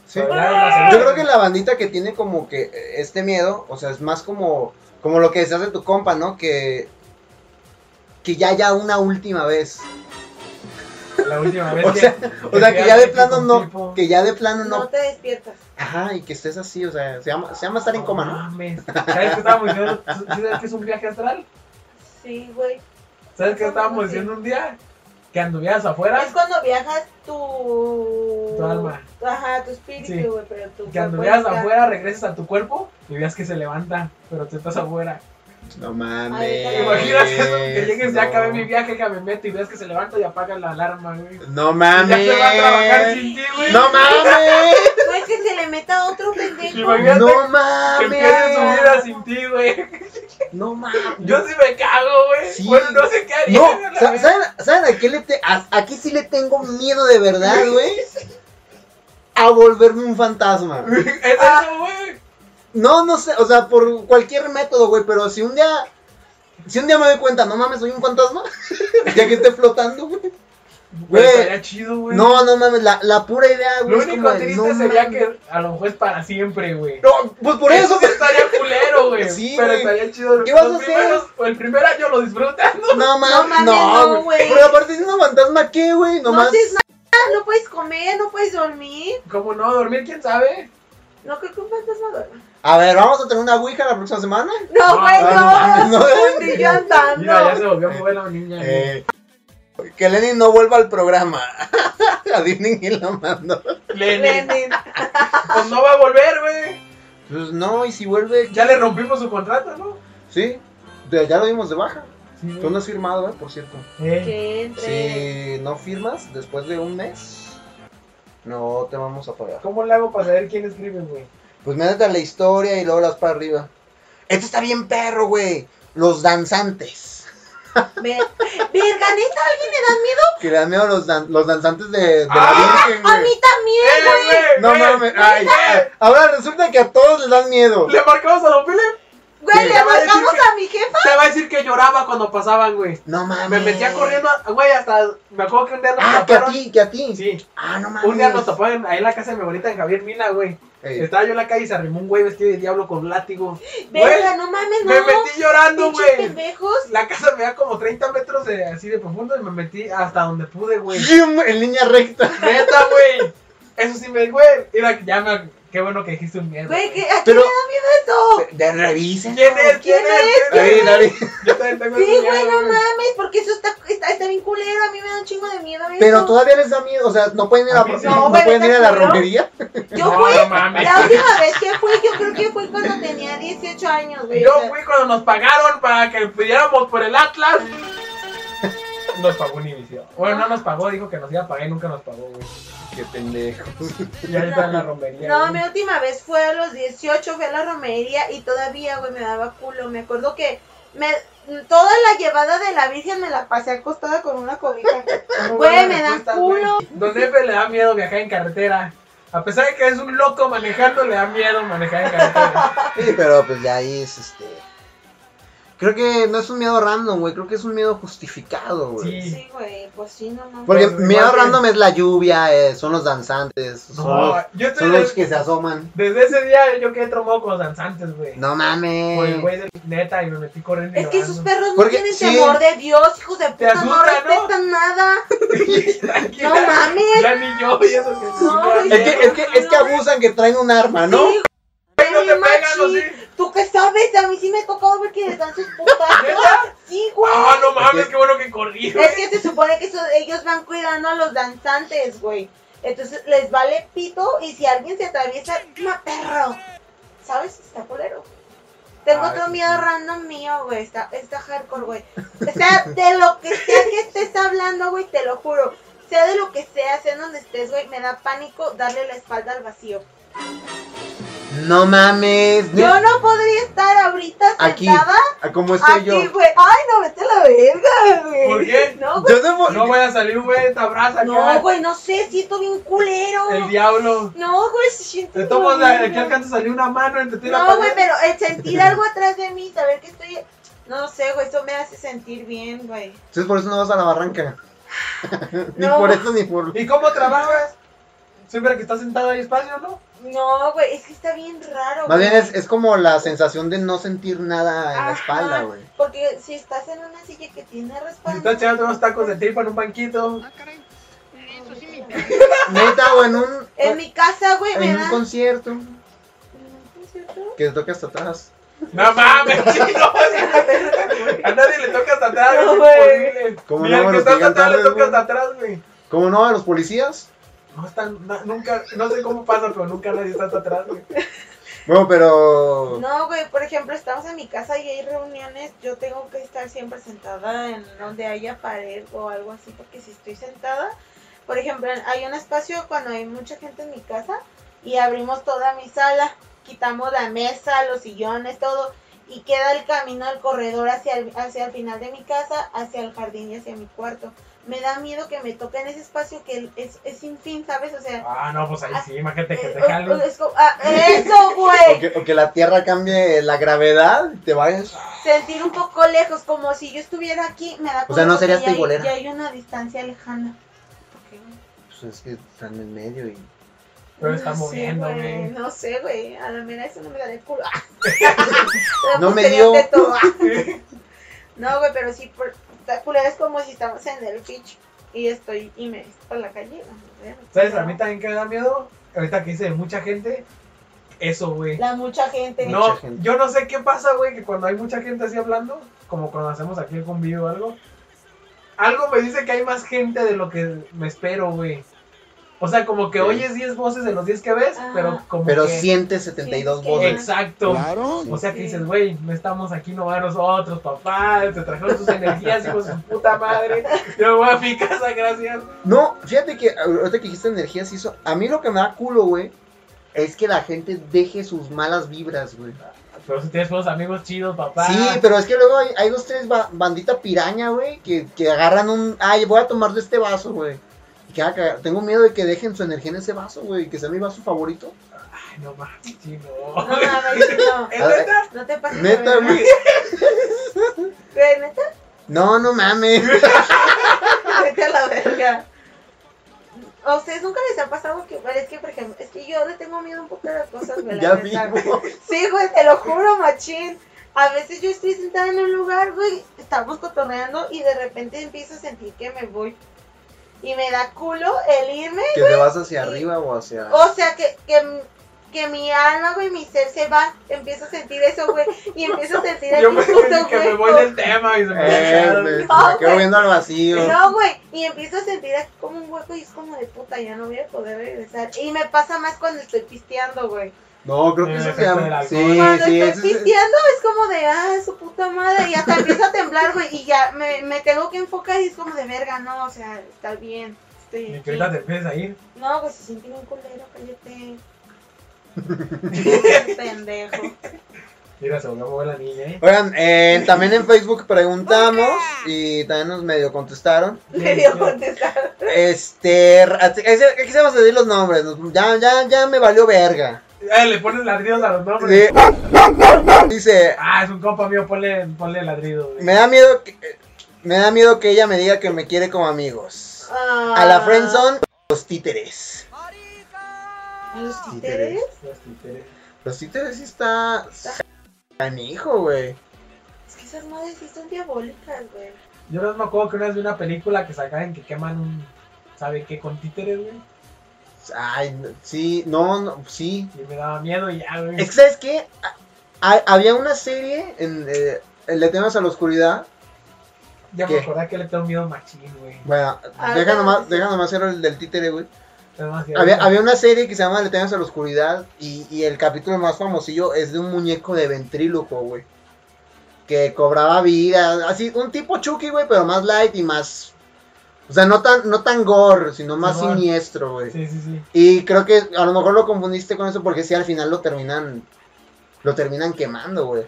[SPEAKER 3] sí.
[SPEAKER 5] Pero ya la segunda
[SPEAKER 3] Yo creo
[SPEAKER 5] vez-
[SPEAKER 3] que la bandita que tiene como que eh, este miedo, o sea, es más como, como lo que decías de tu compa, ¿no? Que. Que ya haya una última vez.
[SPEAKER 5] La última vez
[SPEAKER 3] O
[SPEAKER 5] que-
[SPEAKER 3] sea, O sea, que ya de plano
[SPEAKER 5] con
[SPEAKER 3] no.
[SPEAKER 5] tipo,
[SPEAKER 3] Que ya de plano
[SPEAKER 4] No
[SPEAKER 3] no.
[SPEAKER 4] te despiertas.
[SPEAKER 3] Ajá, y que estés así, o sea, se llama, se llama estar en coma, ¿no?
[SPEAKER 5] mames. ¿Sabes qué estábamos diciendo? ¿Sí ¿Sabes qué es un viaje astral?
[SPEAKER 4] Sí, güey.
[SPEAKER 5] ¿Sabes qué estábamos
[SPEAKER 4] Sí.
[SPEAKER 5] diciendo un día? Que anduvieras afuera.
[SPEAKER 4] Es cuando viajas tu.
[SPEAKER 5] Tu alma.
[SPEAKER 4] Ajá, tu
[SPEAKER 5] Sí.
[SPEAKER 4] espíritu, güey, pero tu.
[SPEAKER 5] Que
[SPEAKER 4] cuerpo
[SPEAKER 5] anduvieras
[SPEAKER 4] está-
[SPEAKER 5] afuera, regresas a tu cuerpo y veas que se levanta, pero tú estás afuera.
[SPEAKER 3] No
[SPEAKER 4] Ay,
[SPEAKER 3] mames.
[SPEAKER 5] ¿Te imaginas eso? Que llegues, ya
[SPEAKER 3] no.
[SPEAKER 5] acabé mi viaje, que me meto y veas que se levanta y apaga la alarma, güey.
[SPEAKER 3] No
[SPEAKER 5] Y ya
[SPEAKER 3] mames.
[SPEAKER 5] se va a trabajar sin ti, güey.
[SPEAKER 3] No mames.
[SPEAKER 4] No es que se le meta otro pendejo.
[SPEAKER 5] Imagínate
[SPEAKER 3] No
[SPEAKER 5] Que empiece su vida
[SPEAKER 3] mames.
[SPEAKER 5] sin ti, güey.
[SPEAKER 3] No mames.
[SPEAKER 5] Yo sí me cago, güey.
[SPEAKER 3] Sí.
[SPEAKER 5] Bueno, no sé qué haría.
[SPEAKER 3] No,
[SPEAKER 5] la
[SPEAKER 3] sa-
[SPEAKER 5] verdad.
[SPEAKER 3] ¿saben, ¿saben a qué le te- a- aquí sí le tengo miedo de verdad, güey? A volverme un fantasma.
[SPEAKER 5] Es
[SPEAKER 3] Ah.
[SPEAKER 5] eso, güey.
[SPEAKER 3] No, no sé, o sea, por cualquier método, güey, pero si un día si un día me doy cuenta, no mames, soy un fantasma, <laughs> ya que esté flotando, güey.
[SPEAKER 5] Güey,
[SPEAKER 3] Güey.
[SPEAKER 5] estaría chido, güey.
[SPEAKER 3] No, no mames, la, la pura idea, güey.
[SPEAKER 5] Lo
[SPEAKER 3] es
[SPEAKER 5] único
[SPEAKER 3] como de,
[SPEAKER 5] triste
[SPEAKER 3] no
[SPEAKER 5] sería
[SPEAKER 3] mames.
[SPEAKER 5] que a lo mejor es para siempre, güey.
[SPEAKER 3] No, pues por eso,
[SPEAKER 5] sí estaría
[SPEAKER 3] <laughs>
[SPEAKER 5] culero, güey.
[SPEAKER 3] Sí,
[SPEAKER 5] pero
[SPEAKER 3] güey.
[SPEAKER 5] estaría chido.
[SPEAKER 3] ¿Qué vas
[SPEAKER 5] Los
[SPEAKER 3] a hacer?
[SPEAKER 5] primeros- o el primer año lo disfrutas.
[SPEAKER 3] no
[SPEAKER 4] mames,
[SPEAKER 3] mames,
[SPEAKER 4] no,
[SPEAKER 3] no,
[SPEAKER 4] güey.
[SPEAKER 3] güey. Pero aparte, siendo fantasma, ¿qué, güey?
[SPEAKER 4] No
[SPEAKER 3] Nomás.
[SPEAKER 4] haces nada, no puedes comer, no puedes dormir.
[SPEAKER 5] ¿Cómo no? ¿Dormir? ¿Quién sabe?
[SPEAKER 4] No creo que un fantasma duerma.
[SPEAKER 3] A ver, vamos a tener una Ouija la próxima semana.
[SPEAKER 4] No, güey, no.
[SPEAKER 3] no, no, no.
[SPEAKER 4] Ni yo andando.
[SPEAKER 5] Mira, ya se volvió a mover la niña. güey.
[SPEAKER 3] Ah, Eh, que Lenin no vuelva al programa. <laughs> a Disney y lo mandó.
[SPEAKER 5] Lenin.
[SPEAKER 4] Lenin.
[SPEAKER 5] <laughs> Pues no va a volver, güey.
[SPEAKER 3] Pues no, y si vuelve.
[SPEAKER 5] Ya le rompimos su contrato, ¿no?
[SPEAKER 3] Sí, de- ya lo dimos de baja.
[SPEAKER 5] Sí.
[SPEAKER 3] Tú no has firmado, ¿eh? Por cierto.
[SPEAKER 5] Eh,
[SPEAKER 4] Que entre.
[SPEAKER 3] Si no firmas después de un mes, no te vamos a pagar.
[SPEAKER 5] ¿Cómo le hago para saber quién
[SPEAKER 4] <laughs>
[SPEAKER 5] escribe, güey?
[SPEAKER 3] Pues métete a la historia y luego las para arriba. Esto está bien perro, güey. Los danzantes.
[SPEAKER 4] Ve- Verga, ¿neta alguien le da miedo?
[SPEAKER 3] <laughs> Que le dan miedo a los, dan- los danzantes de, de la Virgen,
[SPEAKER 4] A
[SPEAKER 3] güey.
[SPEAKER 4] mí también,
[SPEAKER 5] Eh,
[SPEAKER 4] güey.
[SPEAKER 3] No mames, ay, ay. Ahora resulta que a todos les dan miedo.
[SPEAKER 5] ¿Le marcamos a Don Philip?
[SPEAKER 4] Güey, le
[SPEAKER 5] Te va a decir
[SPEAKER 4] marcamos
[SPEAKER 5] que-
[SPEAKER 4] a mi jefa.
[SPEAKER 5] Te va a decir que lloraba cuando pasaban, güey.
[SPEAKER 3] Ah, No mames.
[SPEAKER 5] Me metía corriendo, a- güey, hasta me acuerdo que un día nos
[SPEAKER 3] Ah, que a
[SPEAKER 5] taparon.
[SPEAKER 3] ti, que a ti.
[SPEAKER 5] Sí,
[SPEAKER 3] Ah, no mames. Eh,
[SPEAKER 5] un día nos taparon ahí en la casa de mi abuelita en Javier Mina, güey.
[SPEAKER 3] Ey.
[SPEAKER 5] Estaba yo en la calle y se arrimó un güey vestido de diablo con un látigo.
[SPEAKER 4] Verga, no mames, no.
[SPEAKER 5] Me metí llorando,
[SPEAKER 4] Pinches
[SPEAKER 5] güey.
[SPEAKER 4] pendejos.
[SPEAKER 5] La casa me da como 30 metros de- así de profundo y me metí hasta donde pude, güey.
[SPEAKER 3] Yum, En línea recta.
[SPEAKER 5] Neta, güey. Eso sí me, güey. Mira, ya me, qué bueno que dijiste un miedo.
[SPEAKER 4] Güey, ¿qué- ¿a quién
[SPEAKER 3] Pero-
[SPEAKER 4] le da miedo eso?
[SPEAKER 3] De revisen.
[SPEAKER 5] ¿Quién es?
[SPEAKER 4] ¿Quién
[SPEAKER 5] ¿Quién es? ¿Quién
[SPEAKER 3] Ay,
[SPEAKER 5] es?
[SPEAKER 3] Dari.
[SPEAKER 5] Yo también tengo ese
[SPEAKER 4] Sí, güey,
[SPEAKER 5] miedo,
[SPEAKER 4] no mames, porque eso está, está, está bien culero. A mí me da un chingo de miedo eso.
[SPEAKER 3] Pero todavía les da miedo, o sea, no pueden ir a,
[SPEAKER 5] A mí sí.
[SPEAKER 3] no,
[SPEAKER 4] No, güey,
[SPEAKER 3] pueden ir a la
[SPEAKER 4] ¿estás seguro?
[SPEAKER 3] romería.
[SPEAKER 4] Yo
[SPEAKER 5] No,
[SPEAKER 4] fui,
[SPEAKER 5] no mames.
[SPEAKER 4] la última vez que fui, yo creo que fue cuando tenía 18 años, güey. o
[SPEAKER 5] Yo
[SPEAKER 4] sea,
[SPEAKER 5] fui cuando nos pagaron para que pidiéramos por el Atlas. Nos pagó Univision. Bueno, no nos pagó, dijo que nos iba a pagar y nunca nos pagó, güey.
[SPEAKER 3] Qué pendejo.
[SPEAKER 5] Y ahí está en la romería.
[SPEAKER 4] No,
[SPEAKER 5] güey.
[SPEAKER 4] mi última vez fue a los 18, fui a la romería y todavía, güey, me daba culo. Me acuerdo que me, toda la llevada de la Virgen me la pasé acostada con una
[SPEAKER 5] <laughs>
[SPEAKER 4] cobija. Güey,
[SPEAKER 5] Muy buena
[SPEAKER 4] me da
[SPEAKER 5] respuesta,
[SPEAKER 4] culo.
[SPEAKER 5] güey. Don F le da miedo viajar en carretera. A pesar de que es un loco manejando, le da miedo manejar
[SPEAKER 3] <laughs>
[SPEAKER 5] en carretera.
[SPEAKER 3] Sí, pero pues ya ahí es este. Creo que no es un miedo random, güey. Creo que es un miedo justificado, güey.
[SPEAKER 5] Sí.
[SPEAKER 4] Sí, güey, pues sí, no mames.
[SPEAKER 3] Porque
[SPEAKER 5] Pues,
[SPEAKER 3] miedo
[SPEAKER 5] igual que-
[SPEAKER 3] random es la lluvia, eh, son los danzantes, Pues, son,
[SPEAKER 5] No,
[SPEAKER 3] los,
[SPEAKER 5] yo estoy
[SPEAKER 3] son los que se asoman.
[SPEAKER 5] Desde ese día yo quedé traumado con los danzantes, güey.
[SPEAKER 3] No
[SPEAKER 5] Por el
[SPEAKER 3] mames.
[SPEAKER 5] güey de neta y me metí corriendo. y
[SPEAKER 4] Es que esos
[SPEAKER 5] llorando.
[SPEAKER 4] perros no
[SPEAKER 3] Porque-
[SPEAKER 4] tienen
[SPEAKER 3] sí.
[SPEAKER 4] temor de Dios, hijos de puta, no
[SPEAKER 5] asustan, ¿no?
[SPEAKER 4] respetan nada.
[SPEAKER 5] Tranquila,
[SPEAKER 4] No mames.
[SPEAKER 5] <laughs> Ya ni yo, y eso que
[SPEAKER 4] No, güey,
[SPEAKER 3] Es que, es, que, es que abusan que traen un arma, ¿no?
[SPEAKER 4] Sí,
[SPEAKER 5] Ay, no te
[SPEAKER 4] Ay,
[SPEAKER 5] pegan, ¿o sí?
[SPEAKER 4] machi. ¿Tú qué sabes? A mí sí me ha tocado ver que les dan sus putas.
[SPEAKER 5] <laughs> ¿Neta?
[SPEAKER 4] Sí, güey.
[SPEAKER 5] Ah, no mames, qué bueno que corrí, güey.
[SPEAKER 4] Es que se supone que eso- ellos van cuidando a los danzantes, güey. Entonces les vale pito y si alguien se atraviesa, ¡ma perro! ¿Sabes? Está culero. Tengo
[SPEAKER 5] Ay,
[SPEAKER 4] otro
[SPEAKER 5] sí,
[SPEAKER 4] miedo
[SPEAKER 5] sí.
[SPEAKER 4] random mío, güey. Está, está hardcore, güey. O sea, de lo que sea que estés hablando, güey, te lo juro. Sea de lo que sea, sea en donde estés, güey, me da pánico darle la espalda al vacío.
[SPEAKER 3] No mames.
[SPEAKER 4] Yo no podría estar ahorita
[SPEAKER 3] Aquí.
[SPEAKER 4] sentada
[SPEAKER 3] Ah, Como estoy
[SPEAKER 4] aquí,
[SPEAKER 3] yo.
[SPEAKER 4] güey. Ay, no, vete a la verga, güey.
[SPEAKER 5] Pues ¿Por qué?
[SPEAKER 4] No, güey.
[SPEAKER 3] Yo debo-
[SPEAKER 5] No voy a salir, güey, te abraza,
[SPEAKER 4] No,
[SPEAKER 5] acá.
[SPEAKER 4] güey, no sé, siento bien culero.
[SPEAKER 5] El diablo.
[SPEAKER 4] No, güey, se siente.
[SPEAKER 5] Te tomas la,
[SPEAKER 4] horrible.
[SPEAKER 5] aquí alcanza a salir una mano y te tira
[SPEAKER 4] No,
[SPEAKER 5] para
[SPEAKER 4] güey,
[SPEAKER 5] atrás.
[SPEAKER 4] pero el
[SPEAKER 5] <laughs>
[SPEAKER 4] sentir algo atrás de mí, saber que estoy. No sé, güey, eso me hace sentir bien, güey.
[SPEAKER 3] Entonces por eso no vas a la
[SPEAKER 4] <laughs>
[SPEAKER 3] barranca. ni
[SPEAKER 4] No.
[SPEAKER 3] por esto ni por.
[SPEAKER 5] ¿Y cómo trabajas? Siempre que estás sentado hay espacio, ¿no?
[SPEAKER 4] No, güey, es que está bien raro,
[SPEAKER 3] Más
[SPEAKER 4] güey.
[SPEAKER 3] bien es, es como la sensación de no sentir nada en
[SPEAKER 4] Ajá.
[SPEAKER 3] la espalda, güey.
[SPEAKER 4] Porque si estás en una silla que tiene
[SPEAKER 5] Si
[SPEAKER 4] respaldo.
[SPEAKER 5] estás echando unos tacos de tripa en un banquito.
[SPEAKER 3] Neta, o en un,
[SPEAKER 4] En mi casa, güey, me
[SPEAKER 3] en un
[SPEAKER 4] da.
[SPEAKER 3] concierto
[SPEAKER 4] ¿No es cierto?
[SPEAKER 3] que te toca hasta atrás.
[SPEAKER 5] No <laughs> mames, chino.
[SPEAKER 4] <laughs>
[SPEAKER 5] A nadie le toca hasta atrás,
[SPEAKER 4] No,
[SPEAKER 5] güey.
[SPEAKER 4] güey.
[SPEAKER 5] es imposible.
[SPEAKER 3] Como
[SPEAKER 5] Ni
[SPEAKER 3] no,
[SPEAKER 5] al
[SPEAKER 3] los
[SPEAKER 5] que está hasta atrás le
[SPEAKER 3] gigantes,
[SPEAKER 5] toca
[SPEAKER 3] güey.
[SPEAKER 5] hasta atrás, güey.
[SPEAKER 3] ¿Cómo no? A los policías.
[SPEAKER 5] No están, na- nunca, no sé cómo pasa, pero nunca nadie está hasta atrás, güey.
[SPEAKER 3] Bueno, pero.
[SPEAKER 4] No, güey, por ejemplo, estamos en mi casa y hay reuniones, yo tengo que estar siempre sentada en donde haya pared o algo así, porque si estoy sentada, por ejemplo, hay un espacio cuando hay mucha gente en mi casa y abrimos toda mi sala, quitamos la mesa, los sillones, todo, y queda el camino al corredor hacia el, hacia el final de mi casa, hacia el jardín y hacia mi cuarto. Me da miedo que me toque en ese espacio que es, es sin fin, ¿sabes? O sea...
[SPEAKER 5] Ah, no, pues ahí sí, imagínate que te
[SPEAKER 4] eh, o- o-
[SPEAKER 5] jalen.
[SPEAKER 4] es como- ah, eso, güey.
[SPEAKER 3] O que, o que la tierra cambie la gravedad, te vayas.
[SPEAKER 4] sentir un poco lejos, como si yo estuviera aquí, me da
[SPEAKER 3] O sea, no
[SPEAKER 4] cosa
[SPEAKER 3] serías
[SPEAKER 4] que ya hay-
[SPEAKER 3] beisbolera.
[SPEAKER 4] Ya hay una distancia lejana. Porque, güey,
[SPEAKER 3] Pues es que están en medio y.
[SPEAKER 5] Pero está
[SPEAKER 4] sé,
[SPEAKER 5] moviendo, güey.
[SPEAKER 4] No sé, güey. A la mera eso no me da de culo. <laughs>
[SPEAKER 3] No me
[SPEAKER 4] Sería
[SPEAKER 3] dio.
[SPEAKER 4] de
[SPEAKER 5] <laughs>
[SPEAKER 4] todo. no, güey, pero sí, por, está culero, es como si estamos en el pitch y estoy y me por la calle.
[SPEAKER 5] ¿Sabes? A mí también que me da miedo, ahorita que dice de mucha gente, eso, güey.
[SPEAKER 4] La mucha gente.
[SPEAKER 5] No,
[SPEAKER 3] Mucha gente.
[SPEAKER 5] yo no sé qué pasa, güey, que cuando hay mucha gente así hablando, como cuando hacemos aquí el convivio o algo, algo me dice que hay más gente de lo que me espero, güey. O sea, como que
[SPEAKER 3] Sí.
[SPEAKER 5] oyes 10 voces de los 10 que ves,
[SPEAKER 4] Ah.
[SPEAKER 5] pero como
[SPEAKER 3] Pero
[SPEAKER 5] que...
[SPEAKER 3] 172
[SPEAKER 4] Sí, es que-
[SPEAKER 3] voces.
[SPEAKER 5] Exacto.
[SPEAKER 2] Claro.
[SPEAKER 5] O sea que
[SPEAKER 4] Sí.
[SPEAKER 5] dices, güey, no estamos aquí nomás nosotros, papá, te trajeron tus energías, hijo de su puta madre, yo me voy a mi casa, gracias.
[SPEAKER 3] No, fíjate que ahorita que dijiste energías y eso. A mí lo que me da culo, güey, es que la gente deje sus malas vibras, güey.
[SPEAKER 5] Pero si tienes unos amigos chidos, papá.
[SPEAKER 3] Sí, pero es que luego hay, hay dos, tres ba- bandita piraña, güey, que, que agarran un... Ay, voy a tomar de este vaso, güey. Y que va a cagar. Tengo miedo de que dejen su energía en ese vaso, güey, que sea mi vaso favorito.
[SPEAKER 5] Ay, no mames, sí,
[SPEAKER 4] No,
[SPEAKER 5] no.
[SPEAKER 4] mames, no.
[SPEAKER 5] <laughs> ¿Es neta?
[SPEAKER 4] No te pases. de
[SPEAKER 3] Ah, Neta,
[SPEAKER 4] verga.
[SPEAKER 3] güey.
[SPEAKER 4] Güey, neta,
[SPEAKER 3] No, no mames. <laughs>
[SPEAKER 4] vete a la verga. ¿A ustedes nunca les ha pasado que, bueno, es que, por ejemplo, es que yo le tengo miedo un poco a las cosas, güey. la
[SPEAKER 3] ya
[SPEAKER 4] neta,
[SPEAKER 3] vivo.
[SPEAKER 4] Sí, güey, te lo juro, machín. A veces yo estoy sentada en un lugar, güey, estamos cotorreando y de repente empiezo a sentir que me voy. Y me da culo el irme.
[SPEAKER 3] Que te vas hacia
[SPEAKER 4] Sí.
[SPEAKER 3] arriba o hacia...
[SPEAKER 4] O sea, que, que, que mi alma, güey, mi ser se va. Empiezo a sentir eso, güey. Y empiezo a sentir el
[SPEAKER 5] <laughs> Yo me,
[SPEAKER 4] disgusto,
[SPEAKER 5] que me
[SPEAKER 4] güey.
[SPEAKER 5] voy del tema y se me
[SPEAKER 3] Eh,
[SPEAKER 5] echaron.
[SPEAKER 3] me,
[SPEAKER 4] No,
[SPEAKER 3] me quedo
[SPEAKER 4] güey.
[SPEAKER 3] viendo al vacío.
[SPEAKER 4] No, güey. Y empiezo a sentir aquí como un hueco y es como de puta, ya no voy a poder regresar. Y me pasa más cuando estoy pisteando, güey.
[SPEAKER 3] No, creo que
[SPEAKER 5] El
[SPEAKER 3] eso se
[SPEAKER 5] efecto del
[SPEAKER 3] llama...
[SPEAKER 5] alcohol.
[SPEAKER 3] Sí,
[SPEAKER 4] Cuando
[SPEAKER 3] sí, eso
[SPEAKER 4] estoy
[SPEAKER 3] es-
[SPEAKER 4] pisteando es como de, ah, su puta madre, y hasta empiezo a temblar, güey, y ya me, me tengo que enfocar y es como de verga, no, o sea, está bien, estoy
[SPEAKER 5] Y
[SPEAKER 4] aquí.
[SPEAKER 5] que ahorita te empiezas a ir.
[SPEAKER 4] No, güey, se siente un culero,
[SPEAKER 3] <laughs>
[SPEAKER 4] cállate. Pendejo.
[SPEAKER 5] Mira, se volvió a mover la niña, ¿eh?
[SPEAKER 3] Oigan, eh, también en Facebook preguntamos y también nos medio contestaron.
[SPEAKER 4] Me dio contestar.
[SPEAKER 3] Este, así- ese- aquí se vamos a decir los nombres. nos- Ya, ya, ya me valió verga.
[SPEAKER 5] Eh, le pones ladridos a los nombres.
[SPEAKER 3] Sí. Dice,
[SPEAKER 5] Ah, es un compa mío, ponle, ponle ladrido. güey.
[SPEAKER 3] me da miedo que, me da miedo que ella me diga que me quiere como amigos. A
[SPEAKER 4] Ah,
[SPEAKER 3] la friendzone, los títeres.
[SPEAKER 4] ¿A los títeres?
[SPEAKER 5] Los títeres.
[SPEAKER 3] Los títeres sí está canijo, güey.
[SPEAKER 4] Es que esas madres sí son diabólicas, güey.
[SPEAKER 5] Yo no me acuerdo que una vez vi una película que sacaban que queman un. ¿Sabe qué? Con títeres, güey.
[SPEAKER 3] Ay, no- sí, no, no, sí.
[SPEAKER 5] Y me daba miedo y ya, güey.
[SPEAKER 3] Es que, ¿sabes qué? A- a- había una serie en eh, el de temas a la oscuridad.
[SPEAKER 5] Ya me
[SPEAKER 3] ¿Qué?
[SPEAKER 5] acordé que le tengo miedo machín, güey.
[SPEAKER 3] Bueno,
[SPEAKER 4] Ah,
[SPEAKER 3] deja
[SPEAKER 4] no,
[SPEAKER 3] nomás,
[SPEAKER 4] sí.
[SPEAKER 3] deja nomás hacer el del títere, güey.
[SPEAKER 5] Tengo más miedo.
[SPEAKER 3] Había, había una serie que se llama Le temas a la oscuridad y, y el capítulo más famosillo es de un muñeco de ventríloco, güey. Que cobraba vida, así, un tipo Chucky, güey, pero más light y más... O sea, no tan, no tan gore, sino más
[SPEAKER 5] Simón.
[SPEAKER 3] siniestro, güey.
[SPEAKER 5] Sí, sí, sí.
[SPEAKER 3] Y creo que a lo mejor lo confundiste con eso porque sí, al final lo terminan... Lo terminan quemando, güey.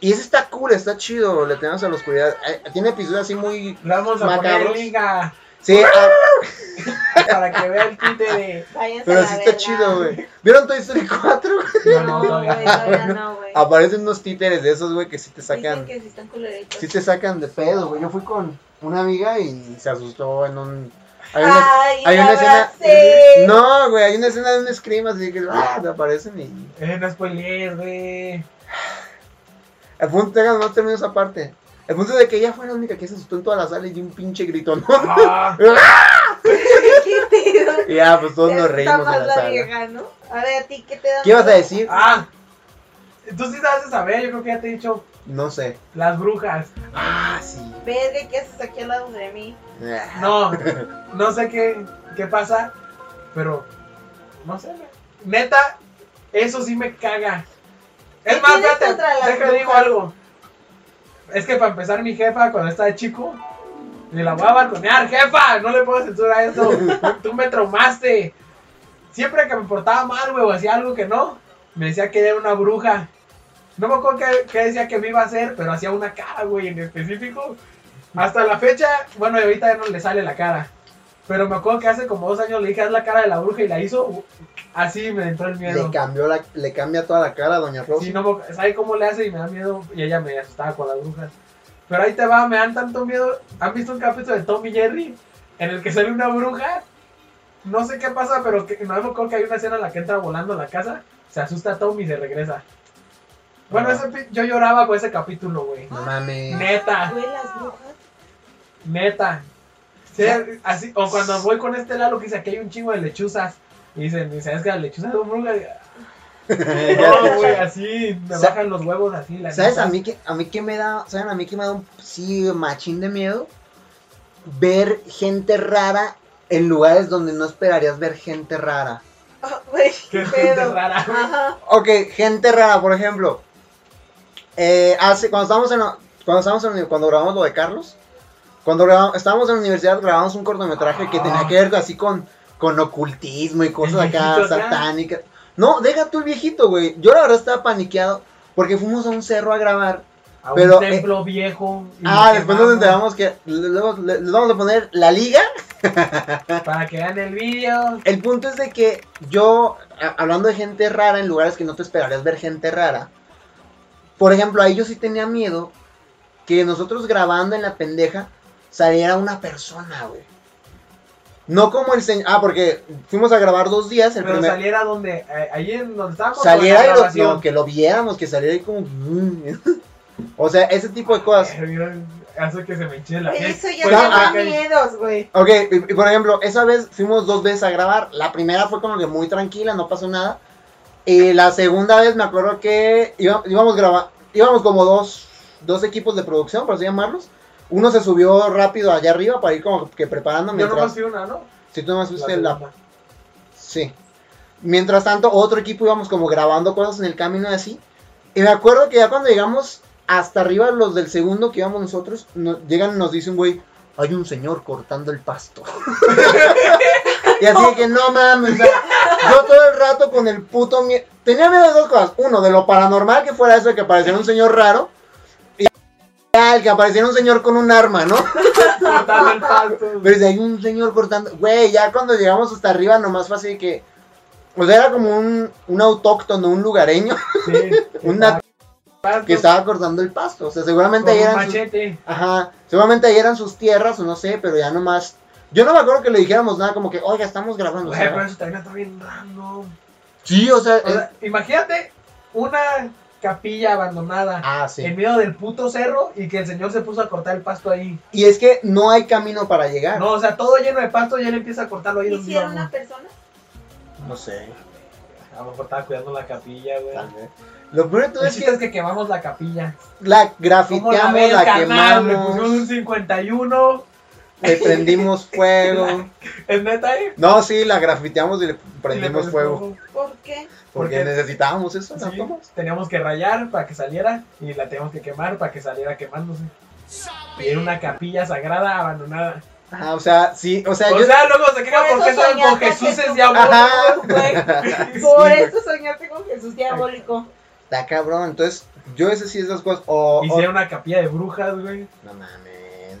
[SPEAKER 3] Y ese está cool, está chido, Le temas a la oscuridad. Eh, Tiene episodios así muy...
[SPEAKER 5] Lo vamos a
[SPEAKER 3] Macabros.
[SPEAKER 5] poner liga
[SPEAKER 3] Sí, ah,
[SPEAKER 5] para que vea el títere.
[SPEAKER 4] Váyanse a
[SPEAKER 3] pero
[SPEAKER 4] la
[SPEAKER 3] sí está
[SPEAKER 4] verga.
[SPEAKER 3] chido, güey. ¿Vieron Toy Story 4, güey? <laughs>
[SPEAKER 4] No, güey, todavía no, güey.
[SPEAKER 3] Aparecen unos títeres de esos, güey, que sí te
[SPEAKER 4] Dicen
[SPEAKER 3] sacan.
[SPEAKER 4] Pues que sí están culeritos.
[SPEAKER 3] Sí te sacan de pedo, güey. Yo fui con una amiga y se asustó en un. Hay una,
[SPEAKER 4] Ay,
[SPEAKER 3] hay una escena.
[SPEAKER 4] abracé.
[SPEAKER 3] No, güey, hay una escena de un scream así que ah, te aparecen y.
[SPEAKER 5] Eh, no spoilees, güey.
[SPEAKER 3] El punto de no termino esa parte. El punto es de que ella fue la única que se asustó en toda la sala y dio un pinche grito, ¿no? <laughs>
[SPEAKER 5] Ah,
[SPEAKER 4] <laughs> Qué pedo.
[SPEAKER 3] Y ya, pues todos
[SPEAKER 4] Ya
[SPEAKER 3] nos
[SPEAKER 4] está
[SPEAKER 3] reímos
[SPEAKER 4] más
[SPEAKER 3] en la sala.
[SPEAKER 4] vieja, ¿no? A ver, ¿a ti qué te da
[SPEAKER 3] ¿Qué ibas a
[SPEAKER 4] miedo?
[SPEAKER 3] decir?
[SPEAKER 5] ah. Tú sí sabes de saber, yo creo que ya te he dicho
[SPEAKER 3] No sé.
[SPEAKER 5] las brujas.
[SPEAKER 3] Ah, sí.
[SPEAKER 4] Verga, ¿qué haces aquí al lado de mí?
[SPEAKER 3] Ah.
[SPEAKER 5] No, no sé qué, qué pasa, pero no sé. güey. Neta, eso sí me caga.
[SPEAKER 4] ¿Qué
[SPEAKER 5] Es más,
[SPEAKER 4] tienes
[SPEAKER 5] espérate,
[SPEAKER 4] contra las
[SPEAKER 5] déjame digo
[SPEAKER 4] brujas?
[SPEAKER 5] algo. Es que para empezar, mi jefa, cuando estaba chico, me la voy a balconear, jefa, no le puedo censurar
[SPEAKER 4] <laughs>
[SPEAKER 5] eso. Tú me traumaste. Siempre que me portaba mal, güey, o hacía algo que no, me decía que era una bruja. No me acuerdo qué, qué decía que me iba a hacer, pero hacía una cara, güey, en específico. Hasta la fecha, bueno, y ahorita ya no le sale la cara. Pero me acuerdo que hace como dos años le dije, haz la cara de la bruja y la hizo. Así me entró el miedo.
[SPEAKER 3] Le cambió la, le cambia toda la cara a Doña Rosa.
[SPEAKER 5] Si no, me- ¿Sabe cómo le hace? Y me da miedo. Y ella me asustaba con las brujas. Pero ahí te va, me dan tanto miedo. ¿Han visto un capítulo de Tommy Jerry? En el que sale una bruja. No sé qué pasa, pero que, no me acuerdo que hay una escena en la que entra volando a la casa. Se asusta a Tommy y se regresa. Bueno,
[SPEAKER 3] Ah.
[SPEAKER 5] ese pi- yo lloraba con ese capítulo, güey.
[SPEAKER 3] No mames.
[SPEAKER 5] Neta.
[SPEAKER 4] Güey, las brujas.
[SPEAKER 5] Neta. Sí, así, o cuando voy con este Lalo que dice aquí hay un chingo de lechuzas. Y dicen, "¿Y ¿sabes que las lechuzas son brujas?
[SPEAKER 3] <laughs>
[SPEAKER 5] No, güey, así me
[SPEAKER 3] Sa-
[SPEAKER 5] bajan los huevos así. La
[SPEAKER 3] ¿Sabes
[SPEAKER 5] neta.
[SPEAKER 3] a mí que a mí que me da, saben a mí que me da un sí machín de miedo ver gente rara en lugares donde no esperarías ver gente rara.
[SPEAKER 4] Ah, Güey, qué
[SPEAKER 5] Qué gente
[SPEAKER 4] pedo.
[SPEAKER 5] rara.
[SPEAKER 4] Ajá.
[SPEAKER 3] Ok, gente rara, por ejemplo, eh, hace cuando estábamos en la- cuando estábamos en la uni- cuando grabamos lo de Carlos, cuando grabamos, estábamos en la universidad grabamos un cortometraje que tenía que ver así con con ocultismo y cosas
[SPEAKER 5] Ah. El
[SPEAKER 3] acá
[SPEAKER 5] viejito acá.
[SPEAKER 3] satánicas. No, deja tú el viejito, güey. Yo la verdad estaba paniqueado. Porque fuimos a un cerro a grabar.
[SPEAKER 5] A
[SPEAKER 3] Pero, eh,
[SPEAKER 5] un templo viejo. y
[SPEAKER 3] Ah,
[SPEAKER 5] lo
[SPEAKER 3] después nos
[SPEAKER 5] quemamos
[SPEAKER 3] enteramos que le- luego le- les vamos a poner la liga.
[SPEAKER 5] Para que vean el video.
[SPEAKER 3] El punto es de que yo, a- hablando de gente rara en lugares que no te esperarías ver gente rara, por ejemplo, ahí yo sí tenía miedo que nosotros grabando en la pendeja saliera una persona, güey. No como el señor. Ah, porque fuimos a grabar dos días. El
[SPEAKER 5] Pero
[SPEAKER 3] primer
[SPEAKER 5] saliera donde. eh, ahí en donde estábamos.
[SPEAKER 3] saliera
[SPEAKER 5] o en
[SPEAKER 3] y
[SPEAKER 5] la
[SPEAKER 3] lo-
[SPEAKER 5] grabación.
[SPEAKER 3] no, que lo viéramos, que saliera ahí como. <laughs> o sea, ese tipo de cosas.
[SPEAKER 5] Eh, mira, Hace que se me hinche la piel.
[SPEAKER 4] Eso ya
[SPEAKER 5] Pues,
[SPEAKER 3] no,
[SPEAKER 4] me da
[SPEAKER 5] acá-
[SPEAKER 4] miedos, güey.
[SPEAKER 3] Ok, y, y por ejemplo, esa vez fuimos dos veces a grabar. La primera fue como que muy tranquila, no pasó nada. Y la segunda vez me acuerdo que iba- íbamos graba- íbamos como dos, dos equipos de producción, por así llamarlos. Uno se subió rápido allá arriba para ir como que preparando
[SPEAKER 5] Yo nomás
[SPEAKER 3] mientras.
[SPEAKER 5] fui una, ¿no?
[SPEAKER 3] si tú nomás fuiste
[SPEAKER 5] La
[SPEAKER 3] la. <laughs>
[SPEAKER 5] segunda.
[SPEAKER 3] Sí. Mientras tanto, otro equipo íbamos como grabando cosas en el camino y así. Y me acuerdo que ya cuando llegamos hasta arriba, los del segundo que íbamos nosotros, no- llegan y nos dicen, güey, hay un señor cortando el pasto. <laughs> y así de que no mames. o sea, yo todo el rato con el puto miedo. Tenía miedo de dos cosas. Uno, de lo paranormal que fuera eso, de que apareciera un señor raro. Y al que apareciera un señor con un arma, ¿no?
[SPEAKER 5] Cortando el pasto.
[SPEAKER 3] Pero si hay un señor cortando. Güey, ya cuando llegamos hasta arriba, nomás fue así que. O sea, era como un, un autóctono, un lugareño <laughs>
[SPEAKER 5] Sí.
[SPEAKER 3] Una-
[SPEAKER 5] Pasto
[SPEAKER 3] que estaba cortando el pasto. O sea, seguramente
[SPEAKER 5] Con
[SPEAKER 3] ahí
[SPEAKER 5] un
[SPEAKER 3] eran. Sus,
[SPEAKER 5] machete.
[SPEAKER 3] ajá, seguramente ahí eran sus tierras o no sé, pero ya nomás. Yo no me acuerdo que le dijéramos nada, como que, oiga, estamos grabando.
[SPEAKER 5] Güey,
[SPEAKER 3] ¿sabes?
[SPEAKER 5] pero eso también está bien random.
[SPEAKER 3] Sí, o sea. eh,
[SPEAKER 5] O sea,
[SPEAKER 3] es-
[SPEAKER 5] imagínate una capilla abandonada.
[SPEAKER 3] ah, sí.
[SPEAKER 5] En medio del puto cerro y que el señor se puso a cortar el pasto ahí.
[SPEAKER 3] Y es que no hay camino para llegar. No,
[SPEAKER 5] No, o sea, todo lleno de pasto y él empieza a cortarlo ahí. Dios mío,
[SPEAKER 4] ¿Hicieron una
[SPEAKER 5] amor.
[SPEAKER 4] persona?
[SPEAKER 3] sé.
[SPEAKER 5] A lo mejor estaba cuidando la capilla, güey.
[SPEAKER 3] tal vez. Lo peor de todo
[SPEAKER 5] El
[SPEAKER 3] es
[SPEAKER 5] chiste
[SPEAKER 3] que
[SPEAKER 5] es que quemamos la capilla.
[SPEAKER 3] la
[SPEAKER 5] ¿Cómo la
[SPEAKER 3] grafiteamos,
[SPEAKER 5] ves,
[SPEAKER 3] la,
[SPEAKER 5] carnal? Le pusimos Pues un
[SPEAKER 3] quemamos,
[SPEAKER 5] 51.
[SPEAKER 3] le prendimos
[SPEAKER 5] <laughs>
[SPEAKER 3] fuego.
[SPEAKER 5] Es neta, ¿eh?
[SPEAKER 3] No, sí, la grafiteamos y le prendimos
[SPEAKER 5] Y le
[SPEAKER 3] fuego.
[SPEAKER 4] ¿Por
[SPEAKER 3] <laughs> Porque
[SPEAKER 4] qué?
[SPEAKER 5] Porque-
[SPEAKER 3] necesitábamos eso, ¿no?
[SPEAKER 5] Sí,
[SPEAKER 3] ¿Cómo?
[SPEAKER 5] teníamos que rayar para que saliera y la teníamos que quemar para que saliera quemándose. Y era una capilla sagrada abandonada.
[SPEAKER 3] Ajá, Ah, o sea, sí, o sea,
[SPEAKER 5] O
[SPEAKER 3] yo.
[SPEAKER 5] sea, luego se queja
[SPEAKER 4] Por
[SPEAKER 5] porque
[SPEAKER 4] eso
[SPEAKER 5] saben con
[SPEAKER 4] soñaste
[SPEAKER 5] Jesús
[SPEAKER 4] que
[SPEAKER 5] es
[SPEAKER 4] tú-
[SPEAKER 5] diabólico.
[SPEAKER 3] Ajá. <laughs>
[SPEAKER 4] Güey,
[SPEAKER 3] Sí,
[SPEAKER 4] Por
[SPEAKER 3] güey.
[SPEAKER 4] eso soñaste con Jesús diabólico.
[SPEAKER 3] Está "Ah, cabrón, entonces, yo ese sí, esas cosas. O. o-
[SPEAKER 5] Hicieron una capilla de brujas, güey.
[SPEAKER 3] No mames,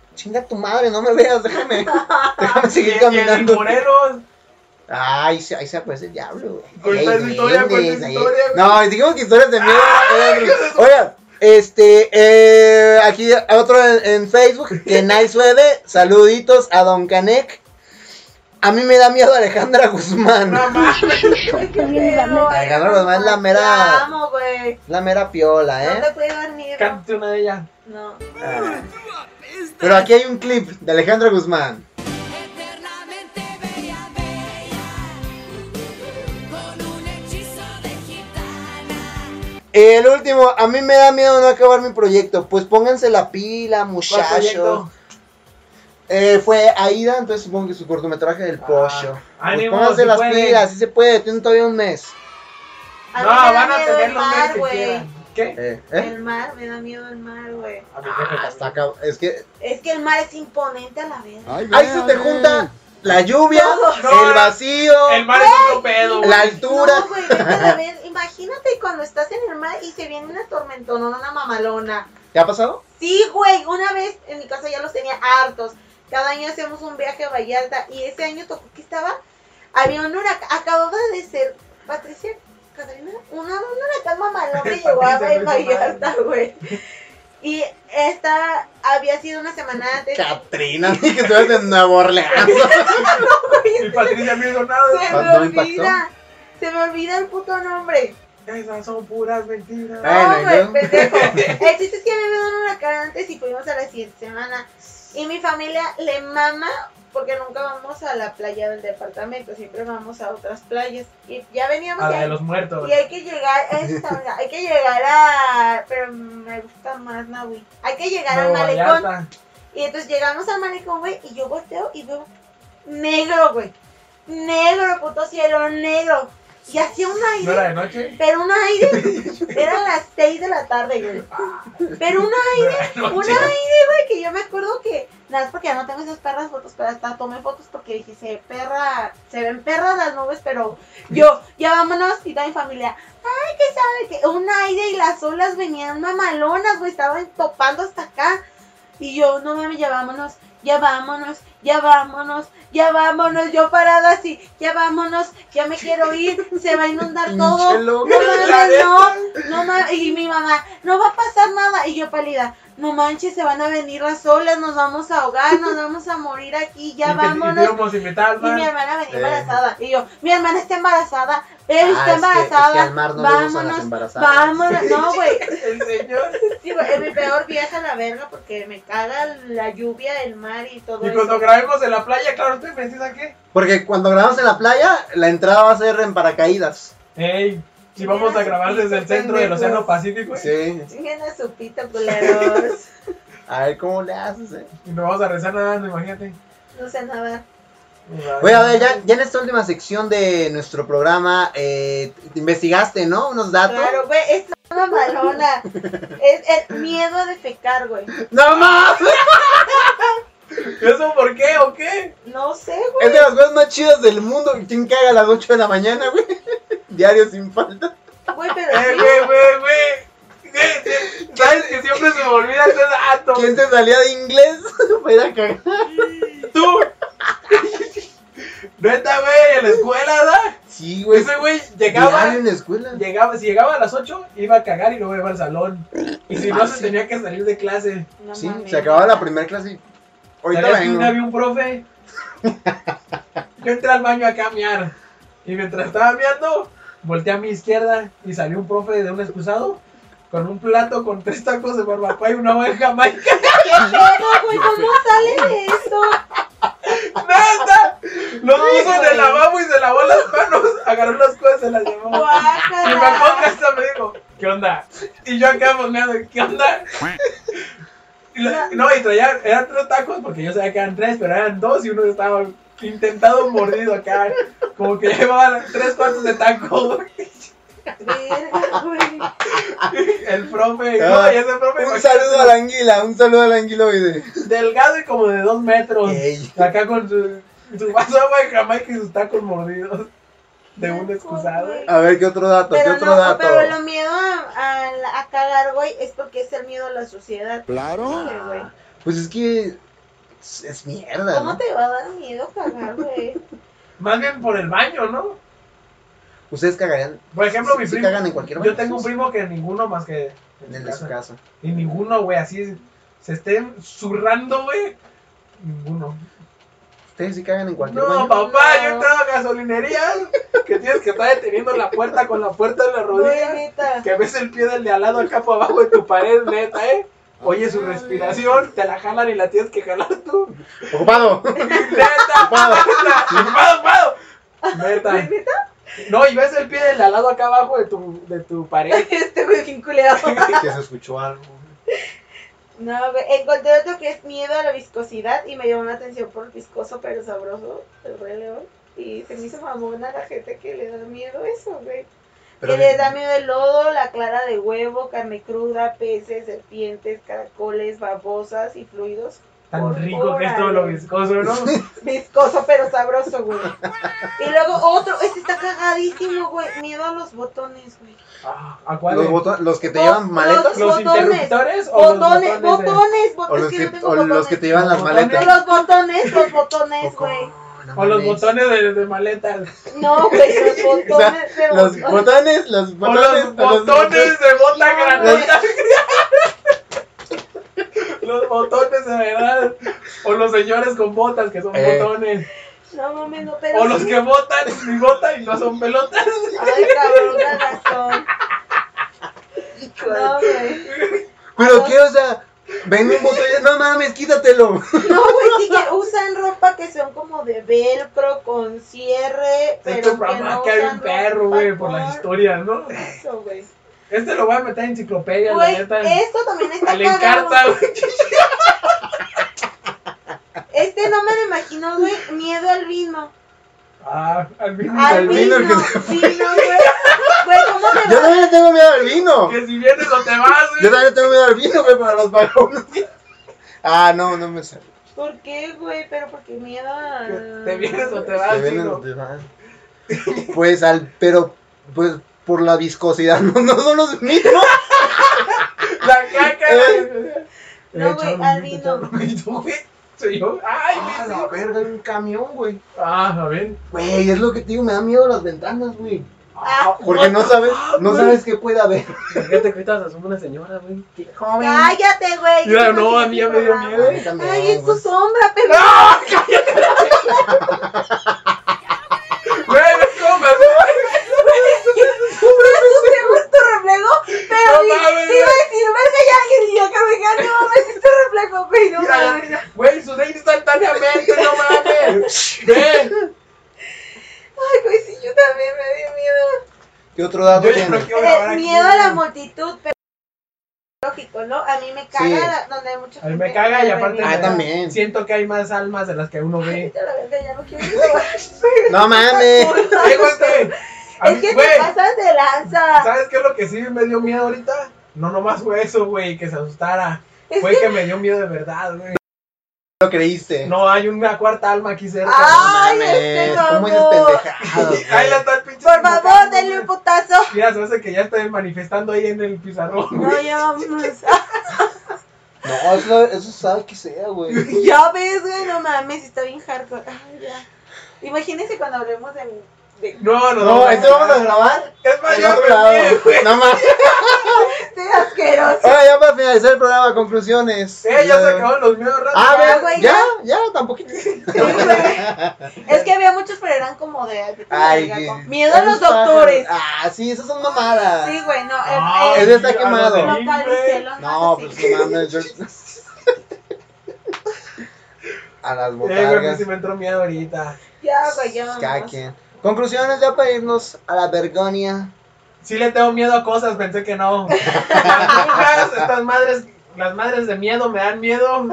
[SPEAKER 3] chinga tu madre, no me veas,
[SPEAKER 5] <laughs>
[SPEAKER 3] déjame. déjame seguir
[SPEAKER 5] Y el
[SPEAKER 3] caminando.
[SPEAKER 5] Morelos.
[SPEAKER 3] Ay, ahí se, ahí se aparece el diablo, güey.
[SPEAKER 5] Cuenta
[SPEAKER 3] Ey,
[SPEAKER 5] esa historia, cuenta
[SPEAKER 3] duendes,
[SPEAKER 5] esa
[SPEAKER 3] ahí-
[SPEAKER 5] historia, güey. Ah,
[SPEAKER 3] No, dijimos que historias de miedo. Oigan, este, eh, aquí otro en, en
[SPEAKER 5] <laughs>
[SPEAKER 3] Facebook, que Nai Suede, saluditos a Don Canek. A mí me da miedo Alejandra Guzmán.
[SPEAKER 5] No mames.
[SPEAKER 3] Alejandra Guzmán es la
[SPEAKER 4] Te
[SPEAKER 3] mera, ¿Eh?
[SPEAKER 4] amo, güey.
[SPEAKER 3] la mera piola,
[SPEAKER 4] No
[SPEAKER 3] ¿eh?
[SPEAKER 4] te puedo dar miedo.
[SPEAKER 5] Cante una de ellas.
[SPEAKER 4] No.
[SPEAKER 3] Pero aquí hay un clip de Alejandra Guzmán.
[SPEAKER 9] Eternamente bella, bella. Con un hechizo de gitana.
[SPEAKER 3] El último, a mí me da miedo no acabar mi proyecto. Pues pónganse la pila,
[SPEAKER 5] ¿Cuál
[SPEAKER 3] muchachos.
[SPEAKER 5] proyecto?
[SPEAKER 3] Eh, fue Aida, entonces supongo que su cortometraje del pollo. Pues
[SPEAKER 5] Ah, ánimo,
[SPEAKER 3] pónganse
[SPEAKER 5] sí
[SPEAKER 3] las
[SPEAKER 5] pueden.
[SPEAKER 3] pilas, si se puede, tienen todavía un mes.
[SPEAKER 4] A
[SPEAKER 5] No,
[SPEAKER 4] mí me da
[SPEAKER 5] van a
[SPEAKER 4] miedo
[SPEAKER 5] tener
[SPEAKER 4] el
[SPEAKER 5] los
[SPEAKER 4] mar,
[SPEAKER 5] medios que
[SPEAKER 4] güey.
[SPEAKER 5] quieran. ¿Qué?
[SPEAKER 3] Eh, ¿eh?
[SPEAKER 4] El mar, me da miedo el mar, güey.
[SPEAKER 5] A mi jefe
[SPEAKER 3] Ah, está
[SPEAKER 5] también.
[SPEAKER 3] cab- Es que
[SPEAKER 4] Es que el mar es imponente a la
[SPEAKER 5] Ah,
[SPEAKER 4] vez.
[SPEAKER 3] ahí se te junta la lluvia,
[SPEAKER 5] No,
[SPEAKER 3] el vacío,
[SPEAKER 5] El mar es
[SPEAKER 4] <laughs>
[SPEAKER 5] otro pedo, güey.
[SPEAKER 3] la altura.
[SPEAKER 4] No, güey, vete a la vez. Imagínate cuando estás en el mar y se viene una tormentona, una mamalona.
[SPEAKER 3] ¿Te ha pasado?
[SPEAKER 4] Sí, güey, una vez en mi casa ya los tenía hartos. Cada año hacemos un viaje a Vallarta y ese año tocó que estaba, había un huracán, acababa de ser, Patricia, Catalina, una, un huracán mamalón
[SPEAKER 5] <laughs>
[SPEAKER 4] que llegó a
[SPEAKER 5] Patricia, no hizo
[SPEAKER 4] Vallarta, güey. Y esta había sido una semana antes.
[SPEAKER 3] Catrina, ni que estuvieras en Nueva Orleans.
[SPEAKER 5] Y Patricia me hizo
[SPEAKER 4] Se
[SPEAKER 5] nada.
[SPEAKER 4] me
[SPEAKER 3] ¿No
[SPEAKER 4] olvida, se me olvida el puto nombre.
[SPEAKER 5] Esas son puras mentiras.
[SPEAKER 3] Bueno,
[SPEAKER 4] No, güey,
[SPEAKER 3] yo-
[SPEAKER 4] pendejo. El chiste es que me dado un huracán antes y fuimos a la siguiente semana. Y mi familia le mama porque nunca vamos a la playa del departamento, siempre vamos a otras playas. Y ya veníamos
[SPEAKER 5] A
[SPEAKER 4] y
[SPEAKER 5] Ah, la de
[SPEAKER 4] hay,
[SPEAKER 5] los muertos.
[SPEAKER 4] y hay que llegar a esta, o sea, hay que llegar a pero me gusta más Nahui. Hay que llegar al
[SPEAKER 5] Nueva
[SPEAKER 4] malecón.
[SPEAKER 5] Vallarta.
[SPEAKER 4] Y entonces llegamos al malecón, güey, y yo volteo y veo negro, güey. Negro, puto cielo, negro. Y hacía un
[SPEAKER 5] ¿No era
[SPEAKER 4] aire,
[SPEAKER 5] de noche?
[SPEAKER 4] pero un aire, eran las 6 de la tarde, güey. Pero un aire,
[SPEAKER 5] No,
[SPEAKER 4] un aire,
[SPEAKER 5] chido.
[SPEAKER 4] güey, que yo me acuerdo que, nada más porque ya no tengo esas perras fotos, pero hasta tomé fotos porque dije, se ve perra, se ven perras las nubes, pero yo, ya vámonos, y toda mi familia, ay, que sabe, que un aire y las olas venían mamalonas, güey, estaban topando hasta acá, y yo, no mames, ya vámonos, ya vámonos, ya vámonos, ya vámonos, yo parada así, ya vámonos, ya me quiero ir, se va a inundar todo,
[SPEAKER 10] Pinche loco.
[SPEAKER 4] no mames, no, no mames, y mi mamá, no va a pasar nada, y yo pálida, no manches, se van a venir las olas, nos vamos a
[SPEAKER 3] <laughs>
[SPEAKER 4] ahogar, nos vamos a morir aquí, ya
[SPEAKER 5] Y-
[SPEAKER 4] vámonos.
[SPEAKER 5] Y fuimos invitados,
[SPEAKER 4] Y mi
[SPEAKER 5] man.
[SPEAKER 4] hermana venía
[SPEAKER 3] Eh.
[SPEAKER 4] embarazada. Y yo, mi hermana está embarazada, él
[SPEAKER 3] Ah,
[SPEAKER 4] está
[SPEAKER 3] es que- es que
[SPEAKER 4] embarazada.
[SPEAKER 3] al mar no le gustan las
[SPEAKER 4] vámonos,
[SPEAKER 3] embarazadas.
[SPEAKER 4] vámonos. No, güey.
[SPEAKER 5] El señor.
[SPEAKER 4] <laughs> Sí, güey, es mi peor viaje a la verga porque me caga la lluvia, el mar y todo
[SPEAKER 5] Y
[SPEAKER 4] eso.
[SPEAKER 5] cuando grabemos en la playa, claro, estoy precisa que.
[SPEAKER 3] Porque cuando grabamos en la playa, la entrada va a ser en paracaídas.
[SPEAKER 5] Ey, si vamos a grabar desde el centro del Océano Pacífico. eh,
[SPEAKER 3] Sí.
[SPEAKER 4] Chinguen a su pito, culeros.
[SPEAKER 3] A ver cómo le haces, eh.
[SPEAKER 5] Y nos vamos a rezar nadando, imagínate.
[SPEAKER 4] No sé nada.
[SPEAKER 3] Bueno, a ver, ya, ya en esta última sección de nuestro programa, eh, te investigaste, ¿no? Unos datos.
[SPEAKER 4] Claro, güey, es
[SPEAKER 3] <laughs>
[SPEAKER 4] una malona. Es el miedo a defecar, güey.
[SPEAKER 3] ¡No mames!
[SPEAKER 5] ¿Eso por qué o qué?
[SPEAKER 4] No sé,
[SPEAKER 3] Es de las cosas más chidas del mundo. ¿Quién caga a las 8 de la mañana, güey? <laughs> Diario sin falta.
[SPEAKER 4] güey, güey, pero
[SPEAKER 5] Eh,
[SPEAKER 4] sí.
[SPEAKER 5] güey, güey, güey. Eh, <laughs> eh, ¿Sabes que siempre se me olvida ese dato?
[SPEAKER 3] ¿Quién se salía de inglés <laughs> para ir a cagar?
[SPEAKER 5] ¿Tú? <laughs> Neta, güey, en la escuela, ¿da?
[SPEAKER 3] Sí, güey.
[SPEAKER 5] Ese güey
[SPEAKER 3] Diario
[SPEAKER 5] llegaba,
[SPEAKER 3] en la escuela.
[SPEAKER 5] llegaba, si llegaba a las 8, iba a cagar y luego iba al salón. Y si no,
[SPEAKER 3] Ah,
[SPEAKER 5] se
[SPEAKER 3] sí.
[SPEAKER 5] tenía que salir de clase.
[SPEAKER 4] No
[SPEAKER 3] Sí,
[SPEAKER 4] mames.
[SPEAKER 3] se acababa la primera clase y... Ahorita
[SPEAKER 5] ¿Sabías que
[SPEAKER 3] vengo.
[SPEAKER 5] una había un profe? Yo entré al baño a cambiar. Y mientras estaba meando, volteé a mi izquierda y salió un profe de un excusado con un plato con tres tacos de barbacoa y una hoja jamaica. <laughs>
[SPEAKER 4] ¿Qué pedo, güey? ¿Cómo sale de eso?
[SPEAKER 5] ¡Nada! Lo
[SPEAKER 4] No,
[SPEAKER 5] hizo en
[SPEAKER 4] güey.
[SPEAKER 5] el lavabo y se lavó las manos. Agarró las cosas y se las llevó. Y me acuerdo que
[SPEAKER 4] Guácala.
[SPEAKER 5] hasta me dijo, ¿qué onda? Y yo acá moneado, ¿qué onda? Y la- no, y traía, eran tres tacos, porque yo sabía que eran tres, pero eran dos y uno estaba intentado mordido acá. Como que llevaba tres cuartos de taco. <laughs>
[SPEAKER 4] Verga, güey.
[SPEAKER 5] El profe, no, y ese profe
[SPEAKER 3] Ah, Un saludo a la anguila, un saludo al anguiloide.
[SPEAKER 5] delgado y como de dos metros.
[SPEAKER 3] Ey.
[SPEAKER 5] Acá con su, su vaso de agua de Jamaica y sus tacos mordidos. De un
[SPEAKER 4] Naco,
[SPEAKER 5] excusado.
[SPEAKER 4] güey.
[SPEAKER 3] A ver, ¿qué otro dato? ¿Qué
[SPEAKER 4] Pero
[SPEAKER 3] otro
[SPEAKER 4] no,
[SPEAKER 3] dato?
[SPEAKER 4] pero lo miedo a, a la- a cagar, güey, es porque es el miedo a la sociedad.
[SPEAKER 2] Claro.
[SPEAKER 4] Sí, güey.
[SPEAKER 3] Pues es que es, es mierda,
[SPEAKER 4] ¿Cómo
[SPEAKER 3] ¿no?
[SPEAKER 4] te va a dar miedo cagar, güey?
[SPEAKER 5] Más bien por el baño, ¿no?
[SPEAKER 3] Ustedes cagarían
[SPEAKER 5] Por ejemplo,
[SPEAKER 3] Sí,
[SPEAKER 5] mi
[SPEAKER 3] sí
[SPEAKER 5] primo.
[SPEAKER 3] cagan en cualquier
[SPEAKER 5] yo
[SPEAKER 3] baño,
[SPEAKER 5] tengo un
[SPEAKER 3] sí,
[SPEAKER 5] primo que ninguno más que.
[SPEAKER 3] en el de su casa.
[SPEAKER 5] Y ninguno, güey, así se estén zurrando, güey. Ninguno.
[SPEAKER 3] Ustedes sí cagan en cualquier baño.
[SPEAKER 5] No, papá,
[SPEAKER 4] No.
[SPEAKER 5] yo he entrado a gasolinerías que tienes que estar deteniendo la puerta con la puerta en la
[SPEAKER 4] Güey,
[SPEAKER 5] rodilla.
[SPEAKER 4] neta.
[SPEAKER 5] Que ves el pie del de al lado acá por abajo de tu pared, neta, ¿eh?
[SPEAKER 3] Ah,
[SPEAKER 5] Oye su respiración, te la jalan y la tienes que jalar
[SPEAKER 3] <laughs>
[SPEAKER 5] tú.
[SPEAKER 3] Ocupado.
[SPEAKER 5] Neta,
[SPEAKER 3] Ocupado.
[SPEAKER 5] ¡Pado, pado! Neta. No, y ves el pie del de al lado acá abajo de tu, de tu pared.
[SPEAKER 4] <laughs> Este güey bien culeado.
[SPEAKER 3] <laughs> que se escuchó algo.
[SPEAKER 4] No, güey, encontré otro que es miedo a la viscosidad y me llamó la atención por viscoso pero sabroso, el rey león. Y se me hizo mamona la gente que le da miedo eso, güey.
[SPEAKER 3] Pero
[SPEAKER 4] que le da miedo el lodo, la clara de huevo, carne cruda, peces, serpientes, caracoles, babosas y fluidos.
[SPEAKER 5] Tan rico que es todo lo viscoso, ¿no?
[SPEAKER 4] Viscoso pero sabroso, güey. Y luego otro, este está cagadísimo, güey. Miedo a los botones, güey.
[SPEAKER 5] Ah, ¿A cuál?
[SPEAKER 3] los,
[SPEAKER 5] le-
[SPEAKER 3] boto- los que te
[SPEAKER 4] Los-
[SPEAKER 3] llevan maletas
[SPEAKER 5] ¿Los
[SPEAKER 4] Botones.
[SPEAKER 5] interruptores o
[SPEAKER 4] Botones,
[SPEAKER 5] los botones? de-
[SPEAKER 4] botones,
[SPEAKER 3] o
[SPEAKER 4] botones.
[SPEAKER 3] los
[SPEAKER 4] que
[SPEAKER 3] que,
[SPEAKER 4] no tengo
[SPEAKER 3] o los
[SPEAKER 4] botones.
[SPEAKER 3] que te llevan las
[SPEAKER 5] Los
[SPEAKER 3] maletas.
[SPEAKER 4] Los botones,
[SPEAKER 3] <laughs>
[SPEAKER 4] los
[SPEAKER 3] O
[SPEAKER 4] botones,
[SPEAKER 3] como-
[SPEAKER 4] güey.
[SPEAKER 3] no
[SPEAKER 5] O los
[SPEAKER 3] mames.
[SPEAKER 5] botones de, de maletas.
[SPEAKER 3] <laughs>
[SPEAKER 4] No, güey, los
[SPEAKER 3] O sea,
[SPEAKER 4] botones de
[SPEAKER 3] los
[SPEAKER 4] botones.
[SPEAKER 3] botones, los botones,
[SPEAKER 5] O los botones de bota granota. <laughs> Los botones de verdad. O los señores con botas que son
[SPEAKER 3] Eh.
[SPEAKER 5] botones.
[SPEAKER 4] No mames, no, pero.
[SPEAKER 5] O los
[SPEAKER 4] sí.
[SPEAKER 5] que botan y botan y no son pelotas.
[SPEAKER 4] Ay, cabrón, la razón. No, güey.
[SPEAKER 3] Pero qué, o sea, ven un botón, y- no mames, quítatelo.
[SPEAKER 4] No, güey, sí que usan ropa que son como de velcro, con cierre,
[SPEAKER 5] Este
[SPEAKER 4] pero que
[SPEAKER 5] programa
[SPEAKER 4] no
[SPEAKER 5] que hay
[SPEAKER 4] usan
[SPEAKER 5] un perro,
[SPEAKER 4] ropa
[SPEAKER 5] güey, por las historias, ¿no?
[SPEAKER 4] eso, güey.
[SPEAKER 5] Este lo voy a meter en enciclopedia, la
[SPEAKER 4] Güey,
[SPEAKER 5] neta. Ah,
[SPEAKER 4] esto también está
[SPEAKER 5] Al
[SPEAKER 4] cagado.
[SPEAKER 5] encarta, güey.
[SPEAKER 4] Este imagino, güey, miedo al vino.
[SPEAKER 5] Ah, al mismo
[SPEAKER 4] Al
[SPEAKER 3] vino
[SPEAKER 4] vino,
[SPEAKER 3] el
[SPEAKER 4] vino,
[SPEAKER 3] que se fue.
[SPEAKER 4] güey. Güey, ¿cómo te
[SPEAKER 3] Yo
[SPEAKER 4] va?
[SPEAKER 3] también le tengo miedo al vino.
[SPEAKER 5] Que si vienes o te
[SPEAKER 3] Yo
[SPEAKER 5] vas, güey.
[SPEAKER 3] también le tengo miedo al vino, güey, para los vagones. Ah, no, no me sale.
[SPEAKER 4] ¿Por qué, güey? Pero porque miedo al...
[SPEAKER 5] Te vienes o te
[SPEAKER 3] Se
[SPEAKER 5] vas,
[SPEAKER 3] ven en
[SPEAKER 5] chino.
[SPEAKER 3] donde van. Pues al, pero, pues por la viscosidad, <laughs> no, no son los mismos.
[SPEAKER 5] La caca,
[SPEAKER 3] Eh.
[SPEAKER 5] güey.
[SPEAKER 4] No,
[SPEAKER 5] Eh,
[SPEAKER 4] güey,
[SPEAKER 5] echaron
[SPEAKER 4] al
[SPEAKER 5] un-
[SPEAKER 4] vino.
[SPEAKER 5] echaron <laughs> un grito, güey. Soy yo. Ay,
[SPEAKER 3] Ah, la
[SPEAKER 5] güey, sí.
[SPEAKER 3] verga, hay un camión, güey.
[SPEAKER 5] Ah, a ver.
[SPEAKER 3] Güey, es lo que te digo, me da miedo las ventanas, güey.
[SPEAKER 4] Ah,
[SPEAKER 3] Porque no sabes, no sabes qué puede haber. <laughs>
[SPEAKER 5] Fíjate que ahorita se asoma una señora, güey. Qué joven.
[SPEAKER 4] Cállate, güey.
[SPEAKER 5] Mira,
[SPEAKER 4] Yo
[SPEAKER 5] no,
[SPEAKER 4] imagino
[SPEAKER 5] a mí ya
[SPEAKER 4] mi
[SPEAKER 5] me dio
[SPEAKER 4] programa.
[SPEAKER 5] miedo.
[SPEAKER 3] A
[SPEAKER 5] pues.
[SPEAKER 3] mí también,
[SPEAKER 4] Ay, es tu
[SPEAKER 3] güey.
[SPEAKER 4] sombra, pero... <laughs>
[SPEAKER 5] Güey, güey, ¿cómo me hace?
[SPEAKER 4] Me gusta tu reflejo, pero
[SPEAKER 5] No
[SPEAKER 4] di-
[SPEAKER 5] mames,
[SPEAKER 4] te iba a decir, verga, ya alguien y yo que me diga, no mames, este reflejo, güey, no mames.
[SPEAKER 5] Mira, Güey, sus leyes instantáneamente, no mames. Ven.
[SPEAKER 4] Ay, güey, sí, yo también me dio miedo.
[SPEAKER 3] ¿Qué otro dato
[SPEAKER 5] Yo ya no
[SPEAKER 3] tienes?
[SPEAKER 5] quiero grabar
[SPEAKER 4] Eh,
[SPEAKER 5] aquí,
[SPEAKER 4] miedo a la
[SPEAKER 5] güey.
[SPEAKER 4] multitud, pero lógico, ¿no? A mí me caga
[SPEAKER 3] Sí.
[SPEAKER 4] la- donde hay mucha
[SPEAKER 5] A mí
[SPEAKER 4] gente.
[SPEAKER 5] me caga y aparte.
[SPEAKER 4] Ay,
[SPEAKER 5] me da-
[SPEAKER 3] también.
[SPEAKER 5] Siento que hay más almas de las que uno ve.
[SPEAKER 4] <laughs> vete a la verga, ya
[SPEAKER 3] <laughs>
[SPEAKER 4] no quiero ir.
[SPEAKER 3] No mames.
[SPEAKER 5] Ay, güey. A
[SPEAKER 4] Es
[SPEAKER 5] mí,
[SPEAKER 4] que te
[SPEAKER 5] güey,
[SPEAKER 4] pasas de lanza.
[SPEAKER 5] ¿Sabes qué es lo que sí me dio miedo ahorita? No nomás fue eso, güey, que se asustara.
[SPEAKER 4] Es
[SPEAKER 5] Fue que me dio miedo de verdad, güey.
[SPEAKER 3] Lo creíste.
[SPEAKER 5] No, hay una cuarta alma aquí cerca.
[SPEAKER 4] Ah. Ay,
[SPEAKER 3] mames.
[SPEAKER 4] este
[SPEAKER 3] ¿Cómo dices
[SPEAKER 4] mamón.
[SPEAKER 5] <laughs>
[SPEAKER 3] pendejadas? güey?
[SPEAKER 5] Ahí la está el pinche.
[SPEAKER 4] Por favor,
[SPEAKER 5] sacando,
[SPEAKER 4] denle un
[SPEAKER 5] güey.
[SPEAKER 4] putazo.
[SPEAKER 5] Mira, se hace que ya está manifestando ahí en el pizarrón. güey.
[SPEAKER 4] No, ya vamos. <laughs>
[SPEAKER 3] No, eso, eso sabe que sea, güey.
[SPEAKER 4] Ya ves, güey, no mames, está bien hardcore. Ay, ya. Imagínense cuando hablemos de mi. de-
[SPEAKER 5] No, no,
[SPEAKER 3] No, esto vamos a grabar.
[SPEAKER 5] Es
[SPEAKER 3] en
[SPEAKER 5] mayor,
[SPEAKER 3] otro lado.
[SPEAKER 5] güey.
[SPEAKER 3] No más.
[SPEAKER 4] Este asqueroso.
[SPEAKER 3] Ahora ya para finalizar el programa, conclusiones.
[SPEAKER 5] Eh, ya se acabaron los miedos raros.
[SPEAKER 3] Este Ah,
[SPEAKER 4] Ya,
[SPEAKER 3] ver,
[SPEAKER 4] güey,
[SPEAKER 3] ya, ya, tampoco.
[SPEAKER 4] Sí, güey. es que había muchos, pero eran como de. de-
[SPEAKER 3] Ay,
[SPEAKER 4] de-
[SPEAKER 3] qué-
[SPEAKER 4] como- Miedo a los
[SPEAKER 3] esos pájaros.
[SPEAKER 4] doctores.
[SPEAKER 3] Ah, sí, esas son mamadas.
[SPEAKER 4] Sí, güey, no.
[SPEAKER 5] Ah,
[SPEAKER 4] eh,
[SPEAKER 3] Ese
[SPEAKER 4] eh,
[SPEAKER 3] está
[SPEAKER 5] a los
[SPEAKER 3] quemado.
[SPEAKER 5] de
[SPEAKER 4] no,
[SPEAKER 5] Lin, güey.
[SPEAKER 4] Calicelos,
[SPEAKER 3] No,
[SPEAKER 4] más
[SPEAKER 3] pues
[SPEAKER 4] así.
[SPEAKER 3] no mames, yo... A las
[SPEAKER 5] Eh, güey, me-
[SPEAKER 3] botargas. Pues,
[SPEAKER 5] sí me entró miedo ahorita.
[SPEAKER 4] Ya, güey, ya.
[SPEAKER 3] Cada
[SPEAKER 4] vamos.
[SPEAKER 3] quien. Conclusiones ya para irnos a la vergonia.
[SPEAKER 5] Sí le tengo miedo a cosas, pensé que no. Las estas madres, las madres de miedo me dan miedo.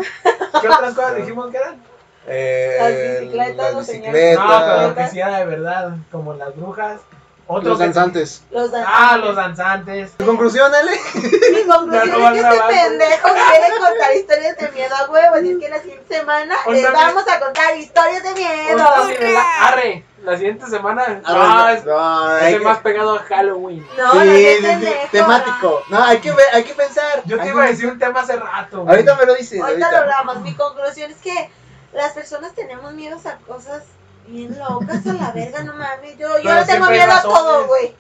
[SPEAKER 5] ¿Qué otras cosas dijimos que eran?
[SPEAKER 3] Eh,
[SPEAKER 4] Las bicicletas,
[SPEAKER 3] Las
[SPEAKER 4] los señores.
[SPEAKER 3] bicicletas.
[SPEAKER 5] No, pero lo que
[SPEAKER 4] ¿Verdad?
[SPEAKER 5] sí era de verdad, como las brujas. Otro
[SPEAKER 3] los
[SPEAKER 5] que-
[SPEAKER 3] danzantes.
[SPEAKER 4] Los dan-
[SPEAKER 5] Ah, los danzantes.
[SPEAKER 3] Conclusión, Ale.
[SPEAKER 4] Mi conclusión
[SPEAKER 5] Ya no va
[SPEAKER 4] es que
[SPEAKER 5] grabando.
[SPEAKER 4] este pendejo quiere contar historias de miedo a huevo. Así es que la siguiente semana
[SPEAKER 5] Un
[SPEAKER 4] les
[SPEAKER 5] mame-
[SPEAKER 4] vamos a contar historias de miedo.
[SPEAKER 5] Otro que la- Arre, la siguiente semana. Ah, es,
[SPEAKER 3] No,
[SPEAKER 5] es
[SPEAKER 3] hay
[SPEAKER 5] el
[SPEAKER 3] que-
[SPEAKER 5] más pegado a Halloween.
[SPEAKER 4] No,
[SPEAKER 3] Sí,
[SPEAKER 4] no seas
[SPEAKER 3] sí, sí,
[SPEAKER 4] pendejo.
[SPEAKER 3] temático. No, hay que, ver, hay que pensar.
[SPEAKER 5] Yo te
[SPEAKER 3] Hay
[SPEAKER 5] iba a
[SPEAKER 3] que-
[SPEAKER 5] decir un tema hace rato. güey.
[SPEAKER 3] Ahorita me lo dices.
[SPEAKER 4] Ahorita lo
[SPEAKER 3] ahorita.
[SPEAKER 4] hablamos. Mi conclusión es que las personas tenemos miedos a cosas bien locas a la verga, no mames. Yo, yo
[SPEAKER 5] Pero
[SPEAKER 4] le tengo
[SPEAKER 5] siempre hay
[SPEAKER 4] miedo a
[SPEAKER 5] razones.
[SPEAKER 4] todo, güey.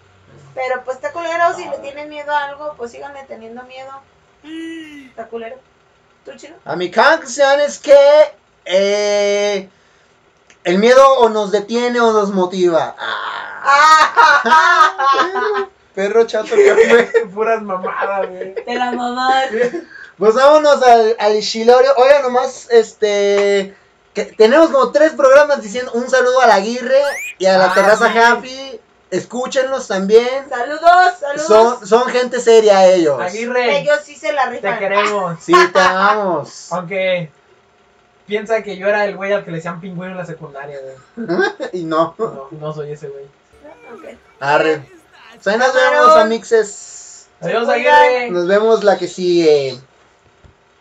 [SPEAKER 4] Pero pues está culero, si le tienen miedo a algo, pues síganle teniendo miedo. Está culero. ¿Tú, chino?
[SPEAKER 3] A mi conclusión es que eh, el miedo o nos detiene o nos motiva. Ah, perro chato que
[SPEAKER 5] <laughs>
[SPEAKER 3] fue.
[SPEAKER 5] Puras mamadas, güey.
[SPEAKER 4] Te la mamás.
[SPEAKER 3] Pues vámonos al, al Shilorio. Oiga, nomás, este. que tenemos como tres programas diciendo un saludo a la Aguirre y a la
[SPEAKER 5] Ah,
[SPEAKER 3] Terraza
[SPEAKER 5] sí.
[SPEAKER 3] Happy. Escúchenlos también.
[SPEAKER 4] Saludos, saludos.
[SPEAKER 3] Son, son gente seria ellos.
[SPEAKER 5] Aguirre,
[SPEAKER 4] Ellos sí se la
[SPEAKER 5] te
[SPEAKER 4] rifan.
[SPEAKER 5] queremos.
[SPEAKER 3] Sí, te
[SPEAKER 5] <laughs>
[SPEAKER 3] amamos.
[SPEAKER 5] Aunque piensa que yo era el güey al que le decían pingüino en la secundaria, güey.
[SPEAKER 3] Y no.
[SPEAKER 5] No, no soy ese güey.
[SPEAKER 4] Ok.
[SPEAKER 3] Arre. O sea, nos vemos, amixes.
[SPEAKER 5] Adiós, Aguirre.
[SPEAKER 3] Nos vemos la que sigue.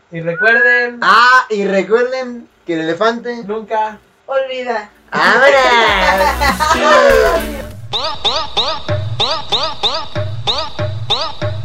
[SPEAKER 5] Y recuerden,
[SPEAKER 3] Ah, y recuerden que el elefante.
[SPEAKER 5] nunca
[SPEAKER 4] Olvida.
[SPEAKER 3] ¡Ahora!
[SPEAKER 4] <laughs>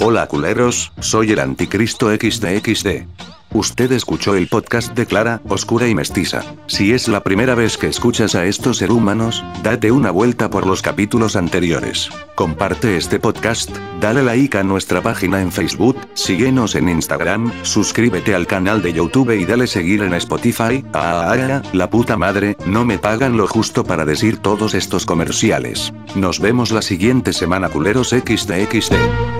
[SPEAKER 11] Hola culeros, soy el anticristo XDXD. Usted escuchó el podcast de Clara, Oscura y Mestiza. Si es la primera vez que escuchas a estos ser humanos, date una vuelta por los capítulos anteriores. Comparte este podcast, dale like a nuestra página en Facebook, síguenos en Instagram, suscríbete al canal de YouTube y dale seguir en Spotify. Ah, ah, ah, la puta madre, no me pagan lo justo para decir todos estos comerciales. Nos vemos la siguiente semana culeros XDXD.